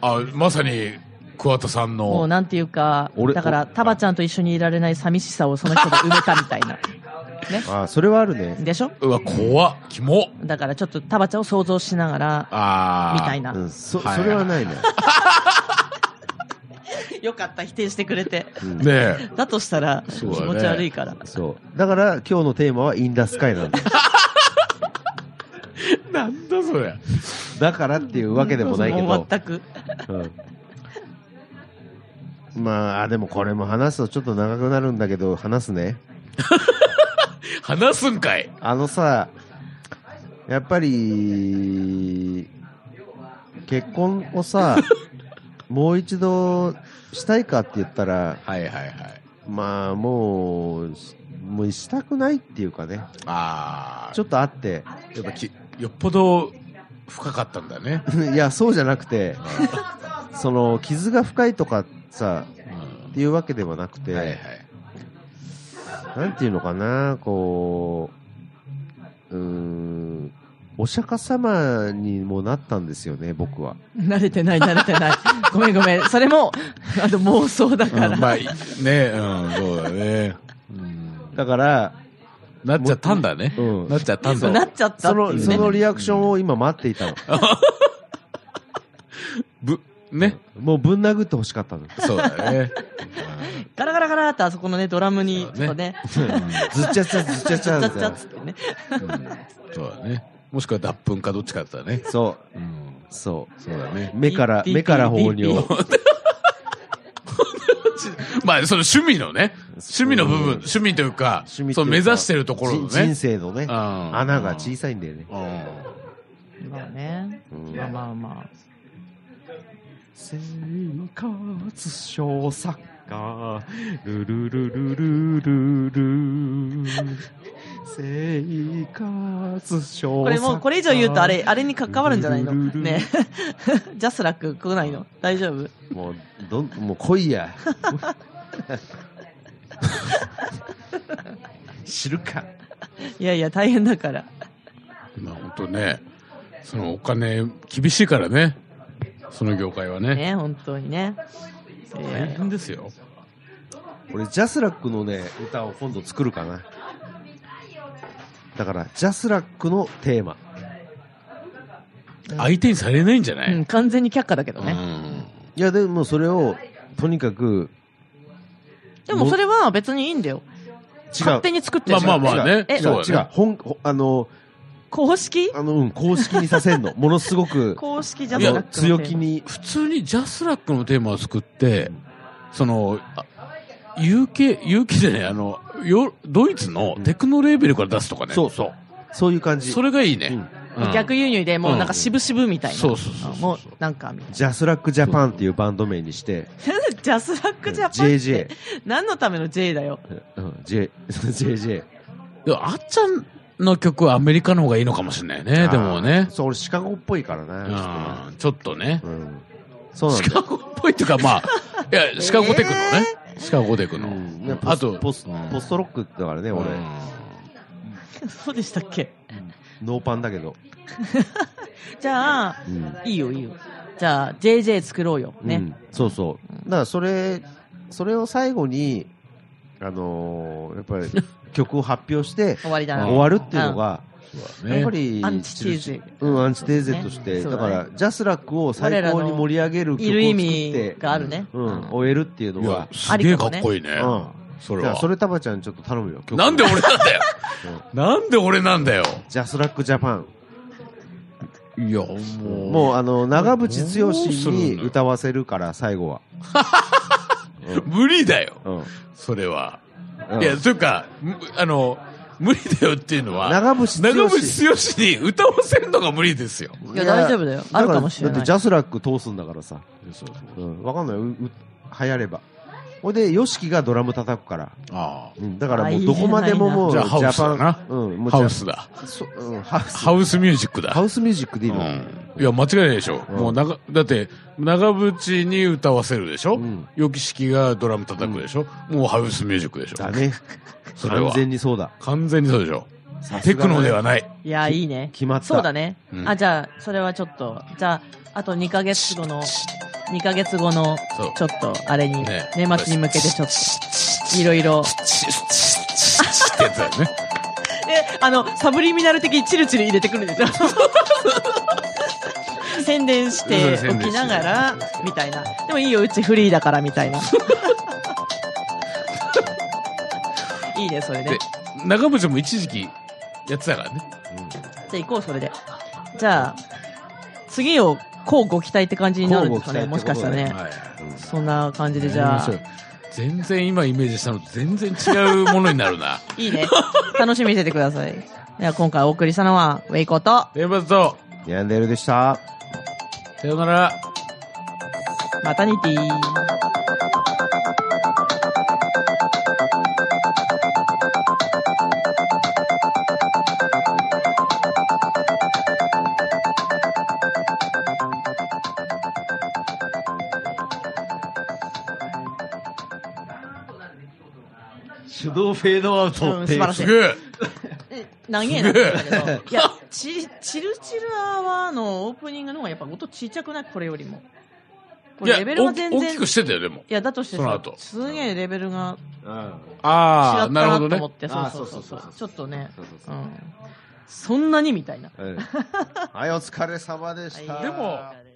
Speaker 1: あ、まさに、桑田さん
Speaker 3: もう
Speaker 1: の、
Speaker 3: なんていうか
Speaker 2: 俺、
Speaker 3: だから、タバちゃんと一緒にいられない寂しさをその人が埋めたみたいな。
Speaker 2: ああ、それはあるね。
Speaker 3: でしょ
Speaker 1: うわ、怖っ、キモ。
Speaker 3: だからちょっとタバちゃんを想像しながら、
Speaker 1: あ
Speaker 3: み
Speaker 1: ー
Speaker 3: たいな
Speaker 2: う。ん、そ、
Speaker 1: はい
Speaker 2: それはないな。
Speaker 3: よかった、否定してくれて。
Speaker 2: うん
Speaker 1: ねえ。
Speaker 3: だとしたら、気
Speaker 1: そうだね
Speaker 3: 持ち悪いから。
Speaker 2: そう。だから今日のテーマはインダスカイ なんだよ。
Speaker 1: なんだそれ。
Speaker 2: だからっていうわけでもないけ
Speaker 3: も
Speaker 2: ど。
Speaker 3: う全く。
Speaker 2: うんまあ、でもこれも話すとちょっと長くなるんだけど、話すね。
Speaker 1: 話すんかい。
Speaker 2: あのさ、やっぱり、結婚を さ、もう一度したいかって言ったら、
Speaker 1: はいはいはい。
Speaker 2: まあもう、しもうしたくないっていうかね、
Speaker 1: ああ。
Speaker 2: ちょっとあって、
Speaker 1: やっぱき、よっぽど深かったんだね。
Speaker 2: いや、そうじゃなくて、その、傷が深いとかさ、
Speaker 1: うん
Speaker 2: っていうわけではなくて、
Speaker 1: はいはい。
Speaker 2: なんていうのかな、こう、うーん、お釈迦様にもなったんですよね、僕は。
Speaker 3: 慣れてない、慣れてない。ごめんごめん。それも、 あと妄想だから。
Speaker 1: うんまあ、いね、うん、そうだね。うん
Speaker 2: だから、
Speaker 1: なっちゃったんだね
Speaker 2: う。ん
Speaker 1: なっちゃったん
Speaker 3: そうな
Speaker 1: だ
Speaker 3: っ。ちゃったっ
Speaker 2: そ
Speaker 3: てい
Speaker 2: の、
Speaker 3: う
Speaker 2: そ
Speaker 3: ね。
Speaker 2: のリアクションを今待っていたの。
Speaker 1: ぶ、 ね。
Speaker 2: もうぶん殴ってほしかったの。
Speaker 1: そうだ ね。
Speaker 3: ガラガラガラってあそこのね、ドラムに、ちょっとね、
Speaker 2: ずっちゃっちゃずっちゃっち
Speaker 3: ちゃ
Speaker 2: ゃ
Speaker 3: っ
Speaker 2: み
Speaker 3: ち
Speaker 2: た
Speaker 3: ゃ
Speaker 2: いな
Speaker 3: っつってね。
Speaker 1: うんそうだね。もしくは脱粉かどっちかだったね。
Speaker 2: そ
Speaker 1: うん
Speaker 2: う、そ
Speaker 1: そうだね
Speaker 2: う。。目から、目から放尿。
Speaker 1: まあ、その趣味のね。趣味の部分、趣味というか、
Speaker 2: 趣味っていうか
Speaker 1: そう目指してるところのね。
Speaker 2: じ人生のね、
Speaker 1: うん
Speaker 2: 穴が小さいんだよね。
Speaker 1: うん
Speaker 3: まあね。
Speaker 2: うん
Speaker 3: まあまあまあ。
Speaker 2: 生活小作家ルルルルルルル生活小
Speaker 3: これもう、これ以上言うとあれ、あれに関わるんじゃないの
Speaker 2: ルルルル
Speaker 3: ね ジャスラック来ないの大丈夫
Speaker 2: もうどんもう来い や知るか
Speaker 3: いやいや、大変だから。
Speaker 1: まあ本当ね、そのお金厳しいからね、その業界はね。
Speaker 3: ね、本当にね。いや
Speaker 1: 大変ですよ。
Speaker 2: 俺ジャスラックのね歌を今度作るかなだからジャスラックのテーマ
Speaker 3: うん
Speaker 1: 相手にされないんじゃない、
Speaker 3: うん、完全に却下だけど
Speaker 1: う
Speaker 3: ね。
Speaker 1: ん
Speaker 2: いやでもそれをとにかく
Speaker 3: でもそれは別にいいんだよ。
Speaker 2: 違う
Speaker 3: 勝手に作って
Speaker 1: ま
Speaker 3: る
Speaker 1: あ
Speaker 3: じ
Speaker 1: ま
Speaker 3: ゃ
Speaker 1: あ
Speaker 3: ん。
Speaker 1: まあね。
Speaker 3: え
Speaker 2: 違
Speaker 1: そうう
Speaker 2: 違
Speaker 1: だ
Speaker 2: う
Speaker 1: ね。
Speaker 2: 本ほあの
Speaker 3: 公式
Speaker 2: あの、うん、公式にさせん の。ものすごく、
Speaker 3: 公式ジ
Speaker 2: あ
Speaker 3: ャスラッ
Speaker 2: の
Speaker 3: クのテーマ
Speaker 2: 強気に。
Speaker 1: 普通にジャスラックのテーマを作って、その、あ UK、UK じゃない、あの、よドイツのテクノレーベルから出すとかね。
Speaker 2: そうそう。そういう感じ。
Speaker 1: それがいいね。うん
Speaker 3: 逆輸入でもうなんか渋々みたいな。
Speaker 1: そうそうそうそう
Speaker 3: あもうなんかみたい
Speaker 2: ジャスラックジャパンっていうバンド名にして、
Speaker 3: な。ジャスラックジャパン。
Speaker 2: JJ。
Speaker 3: 何のための J だよ。
Speaker 2: うん、J、JJ。
Speaker 1: でもあっちゃんの曲はアメリカの方がいいのかもしれないね、でも
Speaker 2: あ
Speaker 1: ね
Speaker 2: ー。そう、俺シカゴっぽいからな。
Speaker 1: うんちょっとね。
Speaker 2: うん。そうなん
Speaker 1: シ
Speaker 2: だ
Speaker 1: カ
Speaker 2: よ。
Speaker 1: ゴっぽいっていう か、まあ、いや、シカゴテクのね。シカゴテク
Speaker 2: う
Speaker 1: の。
Speaker 2: んねポス
Speaker 1: あと、
Speaker 2: ポス
Speaker 1: うん
Speaker 2: ポストロックだからね、俺
Speaker 1: う。ん
Speaker 3: そうでしたっけ
Speaker 2: ノーパンだけど。
Speaker 3: じゃあ、
Speaker 2: うん
Speaker 3: いいよいいよ。じゃあ、JJ 作ろうよ。
Speaker 2: う
Speaker 3: ね。
Speaker 2: んそうそう。だからそれ、それを最後に、あのー、やっ ぱり曲を発表して、
Speaker 3: 終わりだな。
Speaker 2: 終わるっていうのが、
Speaker 1: そうだね
Speaker 2: やっぱり、
Speaker 3: アンチテーゼ
Speaker 2: うん、アンチテーゼとして、
Speaker 3: そう
Speaker 2: だ
Speaker 3: だね
Speaker 2: から、ジャスラックを最高に盛り上げる曲を
Speaker 3: い
Speaker 2: 作
Speaker 3: る
Speaker 2: っ
Speaker 3: 意
Speaker 2: て
Speaker 3: 味、があるね。
Speaker 2: う
Speaker 3: うん
Speaker 2: ん、終えるっていう
Speaker 1: い
Speaker 2: の
Speaker 1: や
Speaker 2: は、、
Speaker 1: すげえかっこいいね。
Speaker 2: う
Speaker 1: そ
Speaker 2: ん。
Speaker 1: れ
Speaker 2: じゃあ、
Speaker 1: は。
Speaker 2: それタバちゃんちょっと頼むよ、曲
Speaker 1: なんで俺なんだよ。なんで俺なんだよ。
Speaker 2: ジャスラックジャパン。
Speaker 1: いや、もう。
Speaker 2: もう、あの、長渕
Speaker 1: どうす
Speaker 2: 剛
Speaker 1: るの
Speaker 2: に
Speaker 1: よ
Speaker 2: 歌わせるから、最 後は。
Speaker 1: 無理だよ、
Speaker 2: うん。うん
Speaker 1: それは。
Speaker 2: うん
Speaker 1: いや、というか、むあの、無理だよっていうのは、
Speaker 2: 長渕
Speaker 1: 長
Speaker 2: 剛。
Speaker 1: 渕剛に歌わせるのが無理ですよ。
Speaker 3: いや、大丈夫だよ。あるかもしれ
Speaker 2: だ
Speaker 3: な
Speaker 2: って
Speaker 3: い
Speaker 2: ジ。ャスラック通すんだからさ。うん。わかんない。うう流行れば。ほいで、ヨシキがドラム叩くから。
Speaker 1: あ
Speaker 2: うん。だから
Speaker 3: あ
Speaker 2: も
Speaker 3: いういじ
Speaker 2: ど
Speaker 3: ゃない
Speaker 2: こまでももう、
Speaker 1: じゃあハウスだな
Speaker 2: ジャパンうん。も
Speaker 1: あ。
Speaker 2: うジャ
Speaker 1: ハウスだ。
Speaker 2: そううん、ハウス。
Speaker 1: ハウスミュージックだ。
Speaker 2: ハウスミュージックでいいの、
Speaker 1: うんいや、間違いないでしょ。
Speaker 2: うん
Speaker 1: もう長、だって、長渕に歌わせるでしょ
Speaker 2: うん。
Speaker 1: よきしきがドラム叩くでしょ。もうハウスミュージックでしょ。
Speaker 2: だね。
Speaker 1: それ
Speaker 2: 完
Speaker 1: は。
Speaker 2: 全にそうだ。
Speaker 1: 完全にそうでしょ。
Speaker 2: さす
Speaker 1: テ
Speaker 2: が
Speaker 1: ク
Speaker 2: だね
Speaker 1: ノではない。
Speaker 3: いや、いいね。
Speaker 2: 決まった。
Speaker 3: そうだね
Speaker 1: う。ん
Speaker 3: あ、じゃあ、それはちょっと、じゃあ、あと2ヶ月後の、2ヶ月後の、
Speaker 1: そう。
Speaker 3: ちょっと、あれに、
Speaker 1: ね
Speaker 3: 年末に向けてちょっと、いろいろ。
Speaker 1: チッチッチッチッってやつだよね。
Speaker 3: え、あの、サブリミナル的にチルチル入れてくる んですよ。宣伝して
Speaker 1: そう宣伝
Speaker 3: お
Speaker 1: して
Speaker 3: きながら、みたいな。でもいいよ、うちフリーだから、みたい な。いいね、それで。
Speaker 1: で、長渕も一時期やってたからね。
Speaker 3: じゃあ行こう、それで。じゃあ、次を、こうご期待って感じになるんですかね、
Speaker 2: 乞うご
Speaker 3: もし
Speaker 2: 期待
Speaker 3: か
Speaker 2: って
Speaker 3: し
Speaker 2: ことだね
Speaker 3: たらね。
Speaker 1: はい。
Speaker 3: そんな感じで、じゃあ
Speaker 1: 面白、い全然今イメージしたのと全然違うものになる な。
Speaker 3: いいね。楽しみにしててください。では、今回お送りしたのは、ウェイコと、
Speaker 1: 電波と、
Speaker 2: うん。ヤンデルでした。
Speaker 1: さようなら。
Speaker 3: マタニティ。
Speaker 2: 手動フェードアウ
Speaker 3: トっていううん素晴らしい
Speaker 1: すげえ。
Speaker 3: 長えなって言うんだけど、いや、ち、チルチルアワーのオープニングの方がやっぱ音ちっちゃくないこれよりも。こ
Speaker 1: いや
Speaker 3: れレベルが全
Speaker 1: 大
Speaker 3: 然。
Speaker 1: き大きくしてたよ、でも。
Speaker 3: いや、だとして
Speaker 1: その
Speaker 3: さ
Speaker 1: 後、
Speaker 3: すげえレベルが違っ
Speaker 1: あ
Speaker 3: た
Speaker 1: あ、なる
Speaker 3: な
Speaker 1: ほど
Speaker 3: と
Speaker 1: ね
Speaker 3: 思っ。て、
Speaker 2: あー
Speaker 3: そうそうそ
Speaker 2: そ
Speaker 3: うそう
Speaker 2: そう
Speaker 3: う。
Speaker 2: そ
Speaker 3: ちょっとね、
Speaker 2: そうそう
Speaker 3: う。
Speaker 2: そうん
Speaker 3: そんなにみたいな。
Speaker 2: うんはい、お疲れ様でした。
Speaker 1: でも
Speaker 3: い